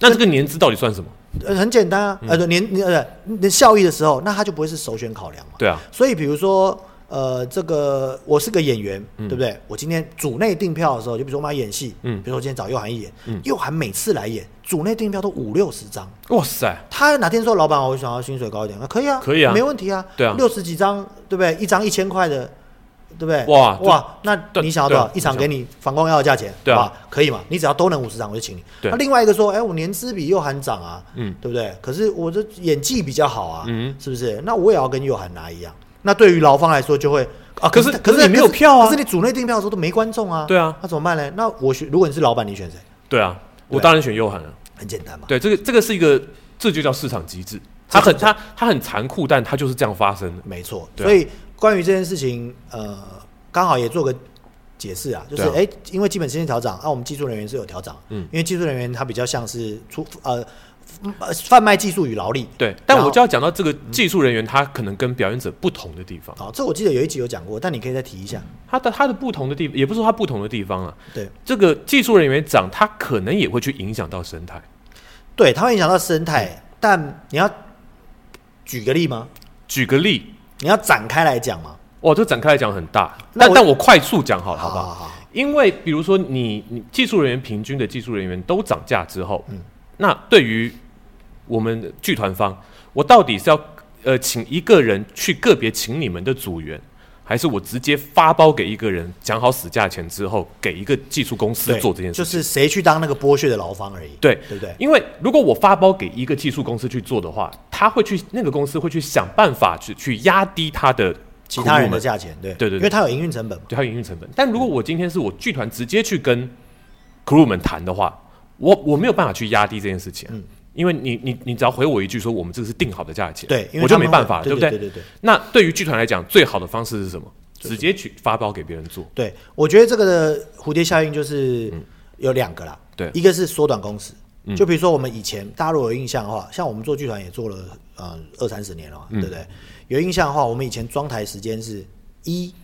Speaker 1: 那这个年资到底算什么？
Speaker 2: 呃，很简单啊，
Speaker 1: 嗯
Speaker 2: 呃，年呃年效益的时候，那他就不会是首选考量嘛。
Speaker 1: 对啊，
Speaker 2: 所以比如说，呃，这个我是个演员，对不对？我今天组内订票的时候，就比如说我们要演戏，
Speaker 1: 嗯
Speaker 2: 比如说我今天找佑涵一演，佑涵每次来演组内订票都五六十张。
Speaker 1: 哇塞，
Speaker 2: 他哪天说老板，我想要薪水高一点，那可以啊，
Speaker 1: 可以啊
Speaker 2: 没问题啊，
Speaker 1: 对啊
Speaker 2: 六十几张，对不对？一张一千块的，对不对？
Speaker 1: 哇
Speaker 2: 哇，那
Speaker 1: 对
Speaker 2: 你想要多少
Speaker 1: 对？啊
Speaker 2: 一场给你反光药的价钱，
Speaker 1: 对啊
Speaker 2: 好吧，可以嘛？你只要都能五十张，我就请你。
Speaker 1: 对
Speaker 2: 那另外一个说，哎，我年资比佑涵长啊，
Speaker 1: 嗯，
Speaker 2: 对不对？可是我的演技比较好啊，
Speaker 1: 嗯，
Speaker 2: 是不是？那我也要跟佑涵拿一样。那对于劳方来说，就会啊，
Speaker 1: 可是
Speaker 2: 可
Speaker 1: 可是你没有票啊
Speaker 2: 可是你组内订票的时候都没观众啊，
Speaker 1: 对啊
Speaker 2: 那怎么办呢？那我选，如果你是老板，你选谁？
Speaker 1: 对啊，我
Speaker 2: 对
Speaker 1: 当然选右涵了。
Speaker 2: 很简单嘛，
Speaker 1: 对，这个这个是一个，这就叫市场机制。它很它它很残酷，但它就是这样发生的。
Speaker 2: 没错，
Speaker 1: 对啊
Speaker 2: 所以关于这件事情，呃，刚好也做个解释啊，就是
Speaker 1: 对啊
Speaker 2: 哎、诶因为基本薪金调涨，啊，我们技术人员是有调涨，
Speaker 1: 嗯，
Speaker 2: 因为技术人员他比较像是出呃呃贩卖技术与劳力，
Speaker 1: 对，但
Speaker 2: 然后
Speaker 1: 我就要讲到这个技术人员，他可能跟表演者不同的地方。
Speaker 2: 哦好，这我记得有一集有讲过，但你可以再提一下，
Speaker 1: 他的他的不同的地，也不是说他不同的地方啊。
Speaker 2: 对
Speaker 1: 这个技术人员涨，他可能也会去影响到生态。
Speaker 2: 对，它会影响到生态，
Speaker 1: 嗯
Speaker 2: 但你要举个例吗？
Speaker 1: 举个例，
Speaker 2: 你要展开来讲吗？
Speaker 1: 哇，这展开来讲很大，
Speaker 2: 那
Speaker 1: 但
Speaker 2: 我
Speaker 1: 但我快速讲好了，好不
Speaker 2: 好
Speaker 1: 好？
Speaker 2: 好好，
Speaker 1: 因为比如说你你技术人员平均的技术人员都涨价之后，
Speaker 2: 嗯
Speaker 1: 那对于我们剧团方，我到底是要呃请一个人去个别请你们的组员，还是我直接发包给一个人讲好死价钱之后给一个技术公司
Speaker 2: 对
Speaker 1: 做这件事
Speaker 2: 就
Speaker 1: 情？
Speaker 2: 是谁去当那个剥削的劳方而已，
Speaker 1: 对
Speaker 2: 对不对？
Speaker 1: 因为如果我发包给一个技术公司去做的话，他会去那个公司会去想办法去去压低他的
Speaker 2: 其他
Speaker 1: 苦
Speaker 2: 人
Speaker 1: 路
Speaker 2: 的
Speaker 1: 们
Speaker 2: 价钱，对
Speaker 1: 对对对
Speaker 2: 因为它有营运成本嘛，
Speaker 1: 对，还有营运成本。但如果我今天是我剧团直接去跟 crew 们谈的话，我我没有办法去压低这件事情啊、
Speaker 2: 嗯
Speaker 1: 因为你你你只要回我一句说我们这个是定好的价钱，
Speaker 2: 对，因为
Speaker 1: 我就
Speaker 2: 他
Speaker 1: 没
Speaker 2: 们
Speaker 1: 办
Speaker 2: 会
Speaker 1: 法，
Speaker 2: 对
Speaker 1: 不
Speaker 2: 对对对。
Speaker 1: 那对于剧团来讲，最好的方式是什么？直接去发包给别人做，
Speaker 2: 对，我觉得这个的蝴蝶效应就是有两个啦，
Speaker 1: 嗯对嗯
Speaker 2: 一个是缩短工时，就比如说我们以前大家如果有印象的话，像我们做剧团也做了呃二三十年了嘛，对
Speaker 1: 嗯
Speaker 2: 不对？有印象的话，我们以前装台时间是一，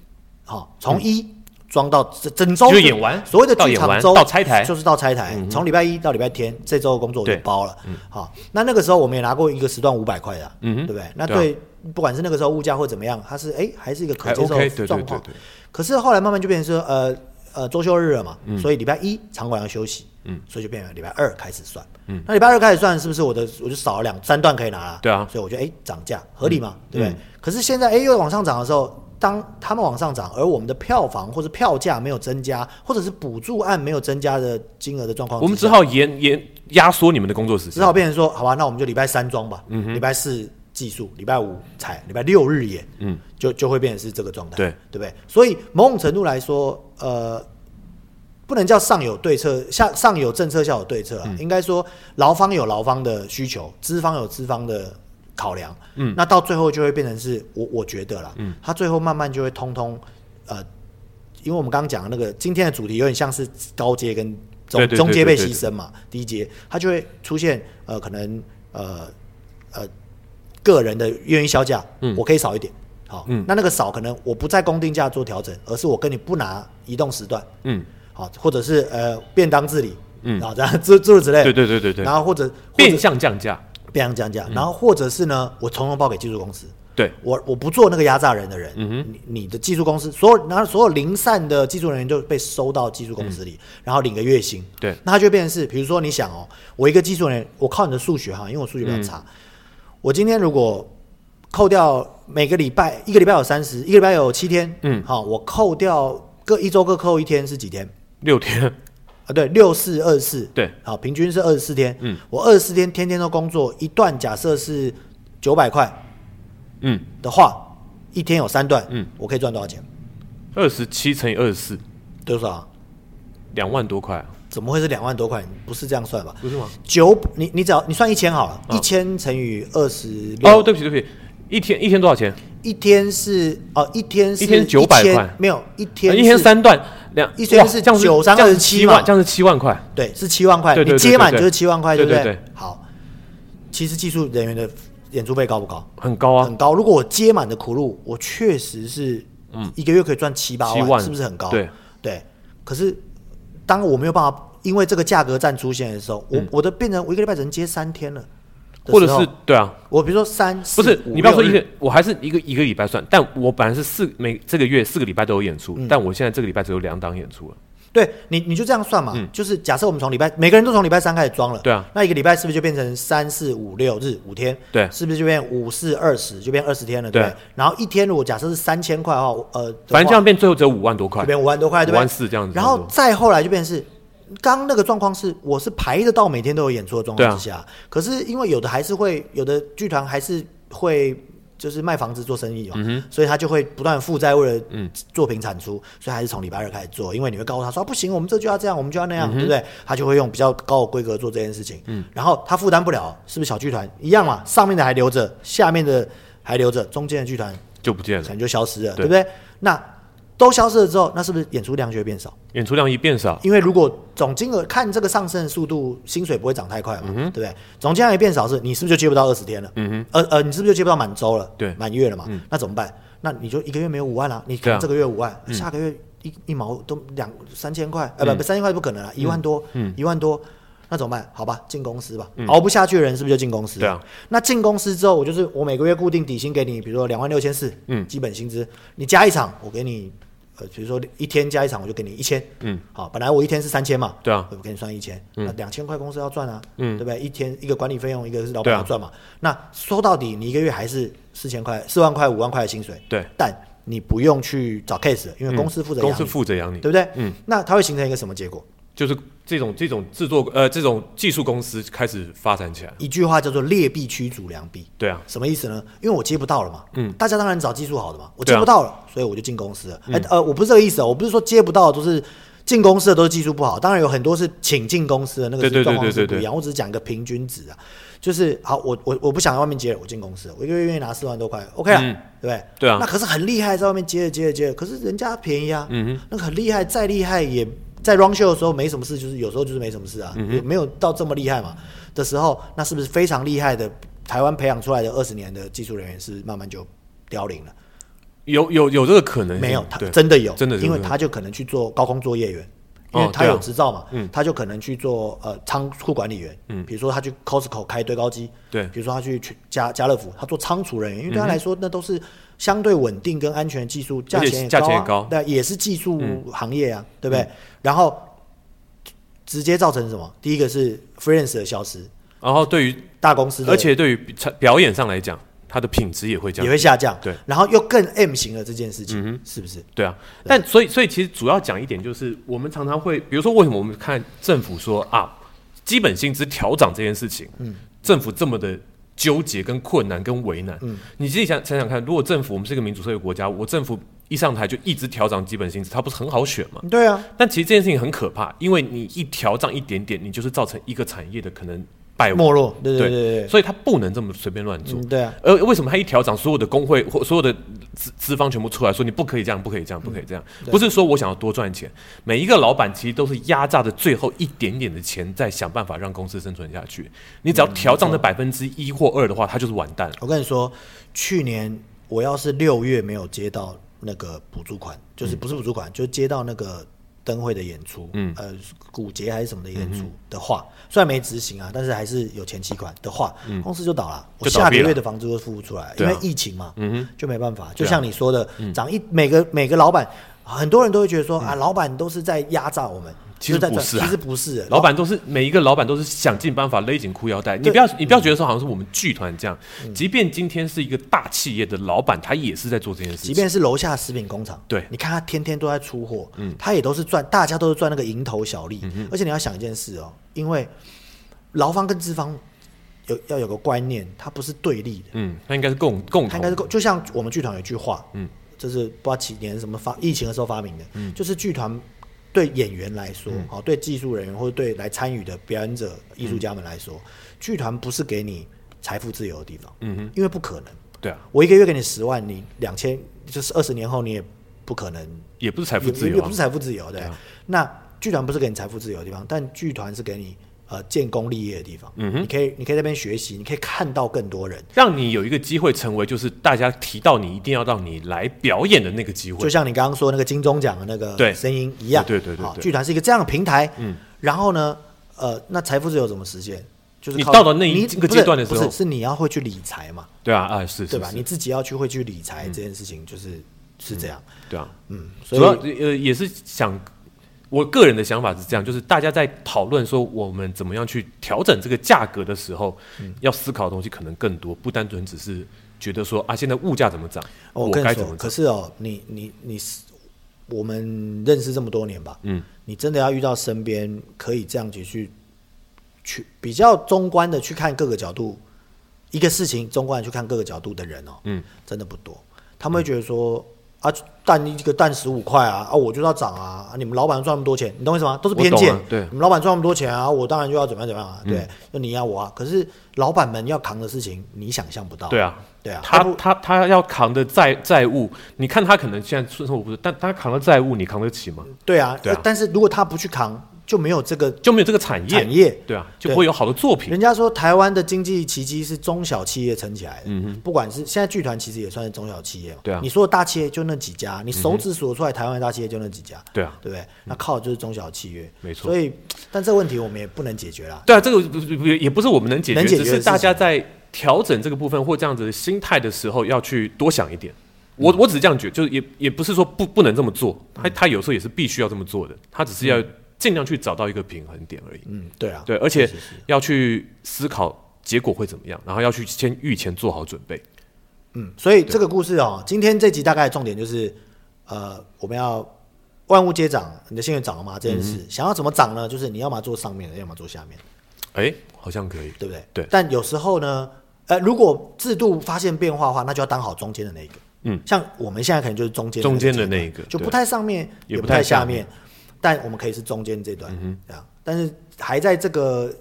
Speaker 2: 好，从一装到整整周
Speaker 1: 嗯就演完
Speaker 2: 所谓的
Speaker 1: 到
Speaker 2: 剧
Speaker 1: 演
Speaker 2: 场
Speaker 1: 完
Speaker 2: 周
Speaker 1: 到拆台嗯
Speaker 2: 就是到拆台，从礼拜一到礼拜天，这周的工作我就
Speaker 1: 对
Speaker 2: 包了，好，那那个时候我们也拿过一个时段五百块的啊，
Speaker 1: 嗯哼
Speaker 2: 对不对？那
Speaker 1: 对啊
Speaker 2: 对。不管是那个时候物价或怎么样，它是哎、还是一个可
Speaker 1: 还
Speaker 2: 接受
Speaker 1: OK，对
Speaker 2: 的
Speaker 1: 对
Speaker 2: 状
Speaker 1: 对
Speaker 2: 况
Speaker 1: 对。
Speaker 2: 可是后来慢慢就变成说，呃呃，周休日了嘛，所以礼拜一场馆要休息，
Speaker 1: 嗯
Speaker 2: 所以就变成礼拜二开始算，嗯，那礼拜二开始算是不是我的我就少了两三段可以拿了？
Speaker 1: 对啊嗯
Speaker 2: 所以我觉得哎涨价合理嘛，对不对？可是现在哎又往上涨的时候。当他们往上涨，而我们的票房或者票价没有增加，或者是补助案没有增加的金额的状况之下，
Speaker 1: 我们只好延延压缩你们的工作时
Speaker 2: 只
Speaker 1: 间嗯
Speaker 2: 好。变成说，好吧，那我们就礼拜三装吧，礼拜四技术，礼拜五踩，礼拜六日演，
Speaker 1: 嗯
Speaker 2: 就就会变成是这个状态，
Speaker 1: 对
Speaker 2: 对不对？所以某种程度来说，呃，不能叫上有对策，下上有政策，下有对策啊，
Speaker 1: 嗯
Speaker 2: 应该说劳方有劳方的需求，资方有资方的考量，嗯，那到最后就会变成是我我觉得啦，嗯，他最后慢慢就会通通呃因为我们刚刚讲的那个今天的主题有点像是高阶跟中
Speaker 1: 对对对
Speaker 2: 中阶被
Speaker 1: 对对对
Speaker 2: 牺牲嘛，低阶它就会出现呃可能呃呃个人的愿意销价，我可以少一点，好，
Speaker 1: 嗯
Speaker 2: 那那个少可能我不在公定价做调整，而是我跟你不拿移动时段，
Speaker 1: 嗯，
Speaker 2: 好，或者是呃便当自理，
Speaker 1: 嗯
Speaker 2: 然后这 样诸诸如此类，
Speaker 1: 对对对对对
Speaker 2: 然后或者或
Speaker 1: 变
Speaker 2: 者
Speaker 1: 相降价，
Speaker 2: 便当降价，然后或者是呢我从容报给技术公司，
Speaker 1: 对，
Speaker 2: 我我不做那个压榨人的人，
Speaker 1: 嗯
Speaker 2: 你你的技术公司所有，然后所有零散的技术人员就被收到技术公司里，然后领个月薪。
Speaker 1: 嗯对
Speaker 2: 那他就变成是，比如说你想哦，我一个技术人员，我靠你的数学哈，因为我数学比
Speaker 1: 嗯
Speaker 2: 较差，我今天如果扣掉每个礼拜一个礼拜有三十，一个礼拜有七天，
Speaker 1: 嗯
Speaker 2: 好，我扣掉各一周各扣一天是几天？
Speaker 1: 六天
Speaker 2: 啊，对，六四二四，
Speaker 1: 对，
Speaker 2: 好，平均是二十四天，
Speaker 1: 嗯，
Speaker 2: 我二十四天天天都工作，一段假设是九百块
Speaker 1: 嗯，
Speaker 2: 的话，一天有三段，
Speaker 1: 嗯，
Speaker 2: 我可以赚多少钱？
Speaker 1: 二十七乘以二十四，
Speaker 2: 多少啊？
Speaker 1: 两万多块啊、
Speaker 2: 怎么会是两万多块？你不是这样算吧？
Speaker 1: 不是吗？
Speaker 2: 九，你你只要你算一千好了，
Speaker 1: 嗯
Speaker 2: 一千乘以二十
Speaker 1: 哦，
Speaker 2: 六，
Speaker 1: 对不起，对不起，一天一天多少钱？
Speaker 2: 一天是哦，一天是
Speaker 1: 一天900
Speaker 2: 1000
Speaker 1: 块
Speaker 2: 没有一天
Speaker 1: 呃一天
Speaker 2: 是，
Speaker 1: 三段，两
Speaker 2: 一天是
Speaker 1: 哇这样
Speaker 2: 九三
Speaker 1: 这样
Speaker 2: 27
Speaker 1: 七
Speaker 2: 嘛
Speaker 1: 万，这样是七万块。
Speaker 2: 对，是七万块，
Speaker 1: 对对
Speaker 2: 你
Speaker 1: 对
Speaker 2: 接满
Speaker 1: 对对
Speaker 2: 就是七万块，
Speaker 1: 对
Speaker 2: 不对？
Speaker 1: 对对
Speaker 2: 好，其实技术人员的演出费高不高？
Speaker 1: 很高啊
Speaker 2: 很，高。如果我接满的苦路，我确实是，一个月可以赚七八
Speaker 1: 嗯七
Speaker 2: 万，
Speaker 1: 万
Speaker 2: 是不是很高？
Speaker 1: 对
Speaker 2: 对。可是当我没有办法因为这个价格战出现的时候，我、我的变成我一个礼拜只能接三天了的时候，
Speaker 1: 嗯或者是对啊，
Speaker 2: 我比如说三，
Speaker 1: 不是
Speaker 2: 四五
Speaker 1: 你不要
Speaker 2: 六
Speaker 1: 说一
Speaker 2: 日
Speaker 1: 个，我还是一个一个礼拜算，但我本来是四每这个月四个礼拜都有演出，
Speaker 2: 嗯
Speaker 1: 但我现在这个礼拜只有两档演出了。
Speaker 2: 对你，你就这样算嘛，就是假设我们从礼拜每个人都从礼拜三开始装了，
Speaker 1: 嗯对啊，
Speaker 2: 那一个礼拜是不是就变成三四五六日五天？
Speaker 1: 对
Speaker 2: 是不是就变五四二十，就变二十天了，对不对
Speaker 1: 对
Speaker 2: 然后一天如果假设是三千块的话，我呃，的
Speaker 1: 反正这
Speaker 2: 话
Speaker 1: 样变最后只有五万多块
Speaker 2: 就，变五万多块，对不对？
Speaker 1: 五万四这样子
Speaker 2: 然后再后来就变成是。刚刚那个状况是，我是排得到每天都有演出的状况之下，可是因为有的还是会，有的剧团还是会就是卖房子做生意嘛，所以他就会不断负债，为了作品产出，所以还是从礼拜二开始做，因为你会告诉他说、啊不行，我们这就要这样，我们就要那样，对不对？他就会用比较高的规格做这件事情，然后他负担不了，是不是小剧团一样嘛？上面的还留着，下面的还留着，中间的剧团
Speaker 1: 就不见
Speaker 2: 可
Speaker 1: 了，
Speaker 2: 能就消失了，
Speaker 1: 对
Speaker 2: 对不对？那都消失了之后，那是不是演出量就会变少？
Speaker 1: 演出量一变少，
Speaker 2: 因为如果总金额看这个上升的速度，薪水不会涨太快嘛，对不对？总金额一变少是，你是不是就接不到二十天了？嗯呃呃，你是不是就接不到满周了？
Speaker 1: 对
Speaker 2: 满月了嘛？那怎么办？那你就一个月没有五万啦、你可
Speaker 1: 对啊
Speaker 2: 能这个月五万，下个月一一毛都两三千块，
Speaker 1: 嗯
Speaker 2: 呃，不不，三千块不可能啦，一万多，一万多。那怎么办？好吧，进公司吧。熬不下去的人是不是就进公
Speaker 1: 嗯
Speaker 2: 司？
Speaker 1: 对啊。
Speaker 2: 那进公司之后，我就是我每个月固定底薪给你，比如说两万六千四，嗯，基本薪资，你加一场，我给你，呃，比如说一天加一场，我就给你一千，嗯，好，本来我一天是三千嘛，
Speaker 1: 对啊
Speaker 2: 我给你算一千，那两千块公司要赚啊，嗯，对不对？一天一个管理费用，一个是老板
Speaker 1: 对啊
Speaker 2: 要赚嘛，那说到底，你一个月还是四千块、四万块、五万块的薪水，
Speaker 1: 对，嗯
Speaker 2: 但你不用去找 case，了因为公司负责养
Speaker 1: 公
Speaker 2: 你，
Speaker 1: 司负责养你
Speaker 2: 对，不对？嗯，那它会形成一个什么结果？
Speaker 1: 就是这种这种制作呃这种技术公司开始发展起来。
Speaker 2: 一句话叫做劣币驱逐良币，
Speaker 1: 对啊，
Speaker 2: 什么意思呢？因为我接不到了嘛，嗯，大家当然找技术好的嘛，我
Speaker 1: 对
Speaker 2: 接
Speaker 1: 啊嗯
Speaker 2: 不到了，所以我就进公司了。哎、呃，我不是这个意思哦，我不是说接不到都是进公司的都是技术不好，当然有很多是请进公司的那个
Speaker 1: 对对对
Speaker 2: 是状况
Speaker 1: 对
Speaker 2: 是
Speaker 1: 对
Speaker 2: 不
Speaker 1: 对
Speaker 2: 一样，我只是讲一个平均值啊，就是好，我我我不想在外面接了，我进公司了，我一个月愿意拿四万多块，OK 了，对不对？
Speaker 1: 对啊
Speaker 2: 那可是很厉害，在外面接着接着接着，可是人家便宜啊，嗯那个很厉害，再厉害也在 run show 的时候没什么事，就是有时候就是没什么事啊，
Speaker 1: 嗯
Speaker 2: 也没有到这么厉害嘛的时候，那是不是非常厉害的台湾培养出来的二十年的技术人员是慢慢就凋零了？
Speaker 1: 有有有这个可能性，
Speaker 2: 没有，他
Speaker 1: 对
Speaker 2: 真的有，
Speaker 1: 真的有
Speaker 2: 因为
Speaker 1: 这个
Speaker 2: 他就可能去做高空作业员，因
Speaker 1: 哦
Speaker 2: 为他
Speaker 1: 对啊
Speaker 2: 有执照嘛，他就可能去做呃仓库管理员，嗯，比如说他去 Costco 开堆高机，
Speaker 1: 对嗯
Speaker 2: 比如说他去去家家乐福，他做仓储人员，因为对他来说那都是相对稳定跟安全的技术，价
Speaker 1: 且
Speaker 2: 钱也
Speaker 1: 价钱
Speaker 2: 啊
Speaker 1: 也高嗯
Speaker 2: 对啊，也是技术行业啊，对不对？然后直接造成什么？第一个是 freelance 的消失，
Speaker 1: 然后对于
Speaker 2: 大公司的
Speaker 1: 而且对于表表演上来讲，它的品质也会降
Speaker 2: 也。会下降，
Speaker 1: 对，嗯
Speaker 2: 然后又更 M 型了这件事情，是不是？
Speaker 1: 对啊，但所以所以其实主要讲一点就是，我们常常会，比如说为什么我们看政府说啊，基本薪资调涨这件事情，嗯，政府这么的纠结跟困难跟为难，嗯，你自己想想想看，如果政府我们是一个民主社会国家，我政府一上台就一直调涨基本薪资，它不是很好选吗？
Speaker 2: 对啊，
Speaker 1: 但其实这件事情很可怕，因为你一调涨一点点，你就是造成一个产业的可能败亡。
Speaker 2: 没落，对对对对对，
Speaker 1: 所以它不能这么随便乱做。
Speaker 2: 嗯对啊。
Speaker 1: 而呃为什么他一调涨，所有的工会或所有的资资方全部出来说你不可以这样，不可以这样，不可以这样？
Speaker 2: 嗯
Speaker 1: 不是说我想要多赚钱，每一个老板其实都是压榨着最后一点点的钱，在想办法让公司生存下去。你
Speaker 2: 嗯
Speaker 1: 只要调涨那百分之一或二的话，他就是完蛋了。
Speaker 2: 我跟你说，去年我要是六月没有接到那个补助款，就是
Speaker 1: 嗯
Speaker 2: 不是补助款，就接到那个灯会的演出，嗯，呃，古节还是什么的演
Speaker 1: 嗯
Speaker 2: 出的话，虽然没执行啊，但是还是有前期款的话，公司就倒了，我
Speaker 1: 嗯就倒闭
Speaker 2: 下个月
Speaker 1: 了
Speaker 2: 的房租都付不出来，因
Speaker 1: 对啊
Speaker 2: 为疫情嘛，嗯就没办法。就像你
Speaker 1: 嗯
Speaker 2: 啊说的，涨一每个每个老板，很多人都会觉得说啊，老板都是在压榨我们。
Speaker 1: 其实
Speaker 2: 就在
Speaker 1: 不
Speaker 2: 赚
Speaker 1: 是啊
Speaker 2: 其实不是，
Speaker 1: 老板都是每一个老板都是想尽办法勒紧裤腰带，你
Speaker 2: 对嗯
Speaker 1: 不要你不要觉得说好像是我们剧团这样，即便今天是一个大企业的老板，他也是在做这件事
Speaker 2: 即
Speaker 1: 情。
Speaker 2: 便是楼下食品工厂，
Speaker 1: 对
Speaker 2: 你看他天天都在出货，他也都是赚，大家都是赚那个蝇头小利。而且你要想一件事哦，因为劳方跟资方有要有个观念，它不是对立的，
Speaker 1: 嗯，那应该是共共同
Speaker 2: 它应该是共就像我们剧团有一句话，嗯，就是不知道几年什么发疫情的时候发明的，就是剧团。对演员来说，好、对技术人员或者对来参与的表演者、艺术家们来说，剧团不是给你财富自由的地方，嗯哼，因为不可能，
Speaker 1: 对啊，
Speaker 2: 我一个月给你十万，你两千，就是二十年后你也不可能
Speaker 1: 也不是财富
Speaker 2: 也
Speaker 1: 自由
Speaker 2: 也
Speaker 1: 啊
Speaker 2: 不是。财富自由对。那剧团不是给你财富自由的地方，但剧团是给你呃建功立业的地方。嗯你可以你可以在那边学习，你可以看到更多人。
Speaker 1: 让你有一个机会成为，就是大家提到你一定要让你来表演的那个机
Speaker 2: 就
Speaker 1: 会。
Speaker 2: 像你刚刚说那个金钟奖的那个
Speaker 1: 对
Speaker 2: 声音一样，
Speaker 1: 对对对对
Speaker 2: 好
Speaker 1: 对
Speaker 2: 剧团是一个这样的平台。嗯，然后呢，呃，那财富自由怎么实现？就是
Speaker 1: 你
Speaker 2: 靠
Speaker 1: 到了那一
Speaker 2: 你
Speaker 1: 这个
Speaker 2: 不是
Speaker 1: 阶段的时候
Speaker 2: 不是是你要会去理财嘛，
Speaker 1: 对啊，啊是
Speaker 2: 对
Speaker 1: 是
Speaker 2: 吧？
Speaker 1: 是
Speaker 2: 你，自己要去会去理财这件事情，就是是这样。
Speaker 1: 对啊。
Speaker 2: 嗯，所
Speaker 1: 主要
Speaker 2: 以
Speaker 1: 呃也是想，我个人的想法是这样，就是大家在讨论说我们怎么样去调整这个价格的时候，
Speaker 2: 嗯
Speaker 1: 要思考的东西可能更多，不单纯只是觉得说啊现在物价怎么涨，
Speaker 2: 哦我跟
Speaker 1: 该
Speaker 2: 你
Speaker 1: 怎么
Speaker 2: 说，可
Speaker 1: 涨。
Speaker 2: 是哦，你你你是，我们认识这么多年吧，嗯，你真的要遇到身边可以这样子去去比较中观的去看各个角度一个事情，中观的去看各个角度的人哦，嗯，真的不多。他
Speaker 1: 嗯
Speaker 2: 们会觉得说、啊，蛋一个蛋十五块啊，啊，我就要涨啊，啊你们老板赚那么多钱，你懂我意思吗？都是偏
Speaker 1: 我
Speaker 2: 见，
Speaker 1: 懂啊对嗯
Speaker 2: 你们老板赚那么多钱啊，我当然就要怎么样怎么样啊，对，就你啊我啊，可是老板们要扛的事情，你想象不到，
Speaker 1: 对啊，
Speaker 2: 对啊，
Speaker 1: 他
Speaker 2: 要不
Speaker 1: 他他要扛的债债务，你看他可能现在生活不是，但他扛的债务你扛得起吗？
Speaker 2: 对啊，
Speaker 1: 对啊
Speaker 2: 呃但是如果他不去扛，就没有这个
Speaker 1: 就没有这个产业，
Speaker 2: 产业。
Speaker 1: 对啊，就不会有好的作品。
Speaker 2: 人家说台湾的经济奇迹是中小企业撑起来的，不管是现在剧团其实也算是中小企业嘛，
Speaker 1: 嗯对啊嗯
Speaker 2: 你说的大企业就那几家，你手指数得出来台湾的大企业就那几家，
Speaker 1: 对啊，
Speaker 2: 对不对？那靠的就是中小企业，
Speaker 1: 没错
Speaker 2: 所以，但这个问题我们也不能解决啦。
Speaker 1: 对啊，这个不不不也不是我们能解决，
Speaker 2: 能解决的
Speaker 1: 只是大家在调整这个部分或这样子的心态的时候，要去多想一点。我
Speaker 2: 嗯
Speaker 1: 我只是这样觉得，就是也也不是说不不能这么做，他他有时候也是必须要这么做的，他只是要尽量去找到一个平衡点而已。
Speaker 2: 嗯，对啊，
Speaker 1: 对，而且
Speaker 2: 是是是
Speaker 1: 要去思考结果会怎么样，然后要去先预前做好准备。
Speaker 2: 嗯，所以这个故事哦，今天这集大概的重点就是，呃，我们要万物皆涨，你的薪水涨了吗？这件
Speaker 1: 嗯
Speaker 2: 事，想要怎么涨呢？就是你要么做上面的，要么做下面的。
Speaker 1: 哎，好像可以。
Speaker 2: 嗯对不对？
Speaker 1: 对
Speaker 2: 但有时候呢，呃，如果制度发现变化的话，那就要当好中间的那一个。
Speaker 1: 嗯，
Speaker 2: 像我们现在可能就是中间
Speaker 1: 中间的
Speaker 2: 的
Speaker 1: 那
Speaker 2: 一
Speaker 1: 一个
Speaker 2: 就
Speaker 1: 对
Speaker 2: 不太上面，
Speaker 1: 也
Speaker 2: 也
Speaker 1: 不
Speaker 2: 不
Speaker 1: 太
Speaker 2: 太
Speaker 1: 下嗯
Speaker 2: 下面，但我们可以是中间这段，这样。但是还在这个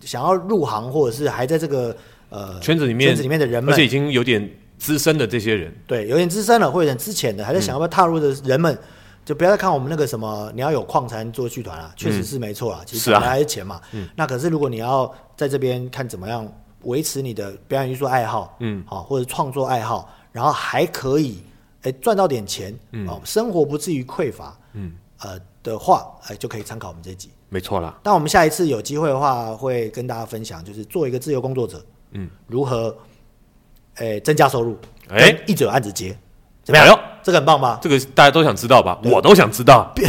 Speaker 2: 想要入行，或者是还在这个呃
Speaker 1: 圈子里面，
Speaker 2: 圈子里面的人
Speaker 1: 而
Speaker 2: 们
Speaker 1: 且，已经有点资深的这些人，
Speaker 2: 对，有点资深了，或者有点之前的，还在想要不要踏入的人们，就不要再看我们那个什么，你要有矿才能做剧团啊，确实是没错啊，嗯其
Speaker 1: 是
Speaker 2: 实
Speaker 1: 啊
Speaker 2: 本来还是钱嘛。那可是如果你要在这边看怎么样维持你的表演艺术爱好，嗯，好、或者创作爱好，然后还可以哎赚到点钱，嗯、哦，生活不至于匮乏，嗯，呃的话，哎就可以参考我们这集。
Speaker 1: 没错啦。
Speaker 2: 但我们下一次有机会的话，会跟大家分享，就是做一个自由工作者，嗯，如何，诶、增加收入，
Speaker 1: 哎
Speaker 2: 跟一者案子接，怎么样？
Speaker 1: 哎呦
Speaker 2: 这个很棒吧？
Speaker 1: 这个大家都想知道吧？我都想知道。
Speaker 2: 毕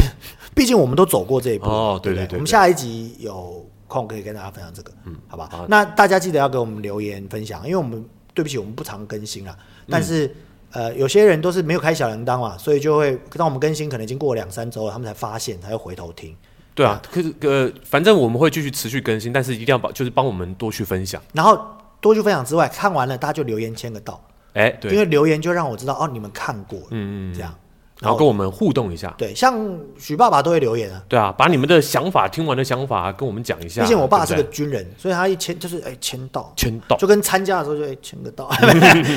Speaker 2: 毕竟我们都走过这一步，
Speaker 1: 哦
Speaker 2: 对不
Speaker 1: 对对对
Speaker 2: 我们下一集有空可以跟大家分享这个，嗯，好吧？
Speaker 1: 好
Speaker 2: 那大家记得要给我们留言分享，因为我们对不起，我们不常更新了，但是。呃，有些人都是没有开小铃铛嘛，所以就会当我们更新，可能已经过了两三周了，他们才发现，才会回头听。
Speaker 1: 对啊，可是呃，反正我们会继续持续更新，但是一定要把就是帮我们多去分享。
Speaker 2: 然后多去分享之外，看完了大家就留言签个到，
Speaker 1: 哎，
Speaker 2: 因
Speaker 1: 对，
Speaker 2: 为留言就让我知道哦，你们看过，嗯嗯，这样。
Speaker 1: 然后跟我们互动一下。
Speaker 2: 对，像许爸爸都会留言啊，
Speaker 1: 对啊，把你们的想法、听完的想法跟我们讲一下。
Speaker 2: 毕竟我爸是个
Speaker 1: 啊对不对
Speaker 2: 军人，所以他一签就是哎签到，
Speaker 1: 签到
Speaker 2: 就跟参加的时候就哎签个 到，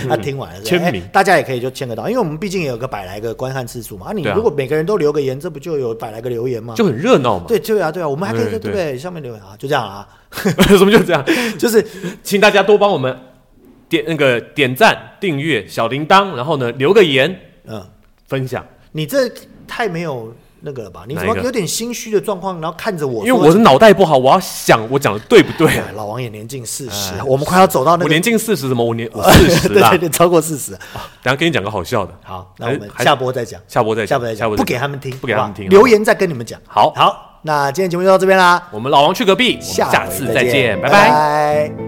Speaker 2: 他听完了
Speaker 1: 签名
Speaker 2: 哎大家也可以就签个到，因为我们毕竟也有个百来个观看次数嘛，啊，你
Speaker 1: 对啊
Speaker 2: 如果每个人都留个言，这不就有百来个留言吗？
Speaker 1: 就很热闹嘛。
Speaker 2: 对对啊对啊，我们还可以在
Speaker 1: 对
Speaker 2: 对不对上面留言啊，就这样啊，
Speaker 1: 什么就这样，
Speaker 2: 就是
Speaker 1: 请大家多帮我们点那个点赞、订阅、小铃铛，然后呢留个言、
Speaker 2: 嗯，
Speaker 1: 分享，
Speaker 2: 你这太没有那个了吧？你怎
Speaker 1: 哪
Speaker 2: 么
Speaker 1: 一个
Speaker 2: 有点心虚的状况，然后看着我
Speaker 1: 因
Speaker 2: 说，
Speaker 1: 为我是脑袋不好，我要想我讲的对不对啊。
Speaker 2: 哎老王也年近四十
Speaker 1: 哎，
Speaker 2: 我们快要走到 那
Speaker 1: 我
Speaker 2: 个
Speaker 1: 年近四十，什么？我年我四十啦
Speaker 2: 对对。对，超过四十。
Speaker 1: 等一下跟你讲个好笑的，
Speaker 2: 好，那我们
Speaker 1: 还是
Speaker 2: 下播再讲，
Speaker 1: 下播再
Speaker 2: 下
Speaker 1: 讲
Speaker 2: 播再
Speaker 1: 下播再讲
Speaker 2: 不给他们听，
Speaker 1: 不给他们
Speaker 2: 好不好
Speaker 1: 听
Speaker 2: 留言再跟你们讲。
Speaker 1: 好
Speaker 2: 好，
Speaker 1: 那今天节目就到这边啦，
Speaker 2: 我们老王去隔壁，我们
Speaker 1: 下
Speaker 2: 下
Speaker 1: 回
Speaker 2: 次再见，
Speaker 1: 拜
Speaker 2: 拜拜
Speaker 1: 拜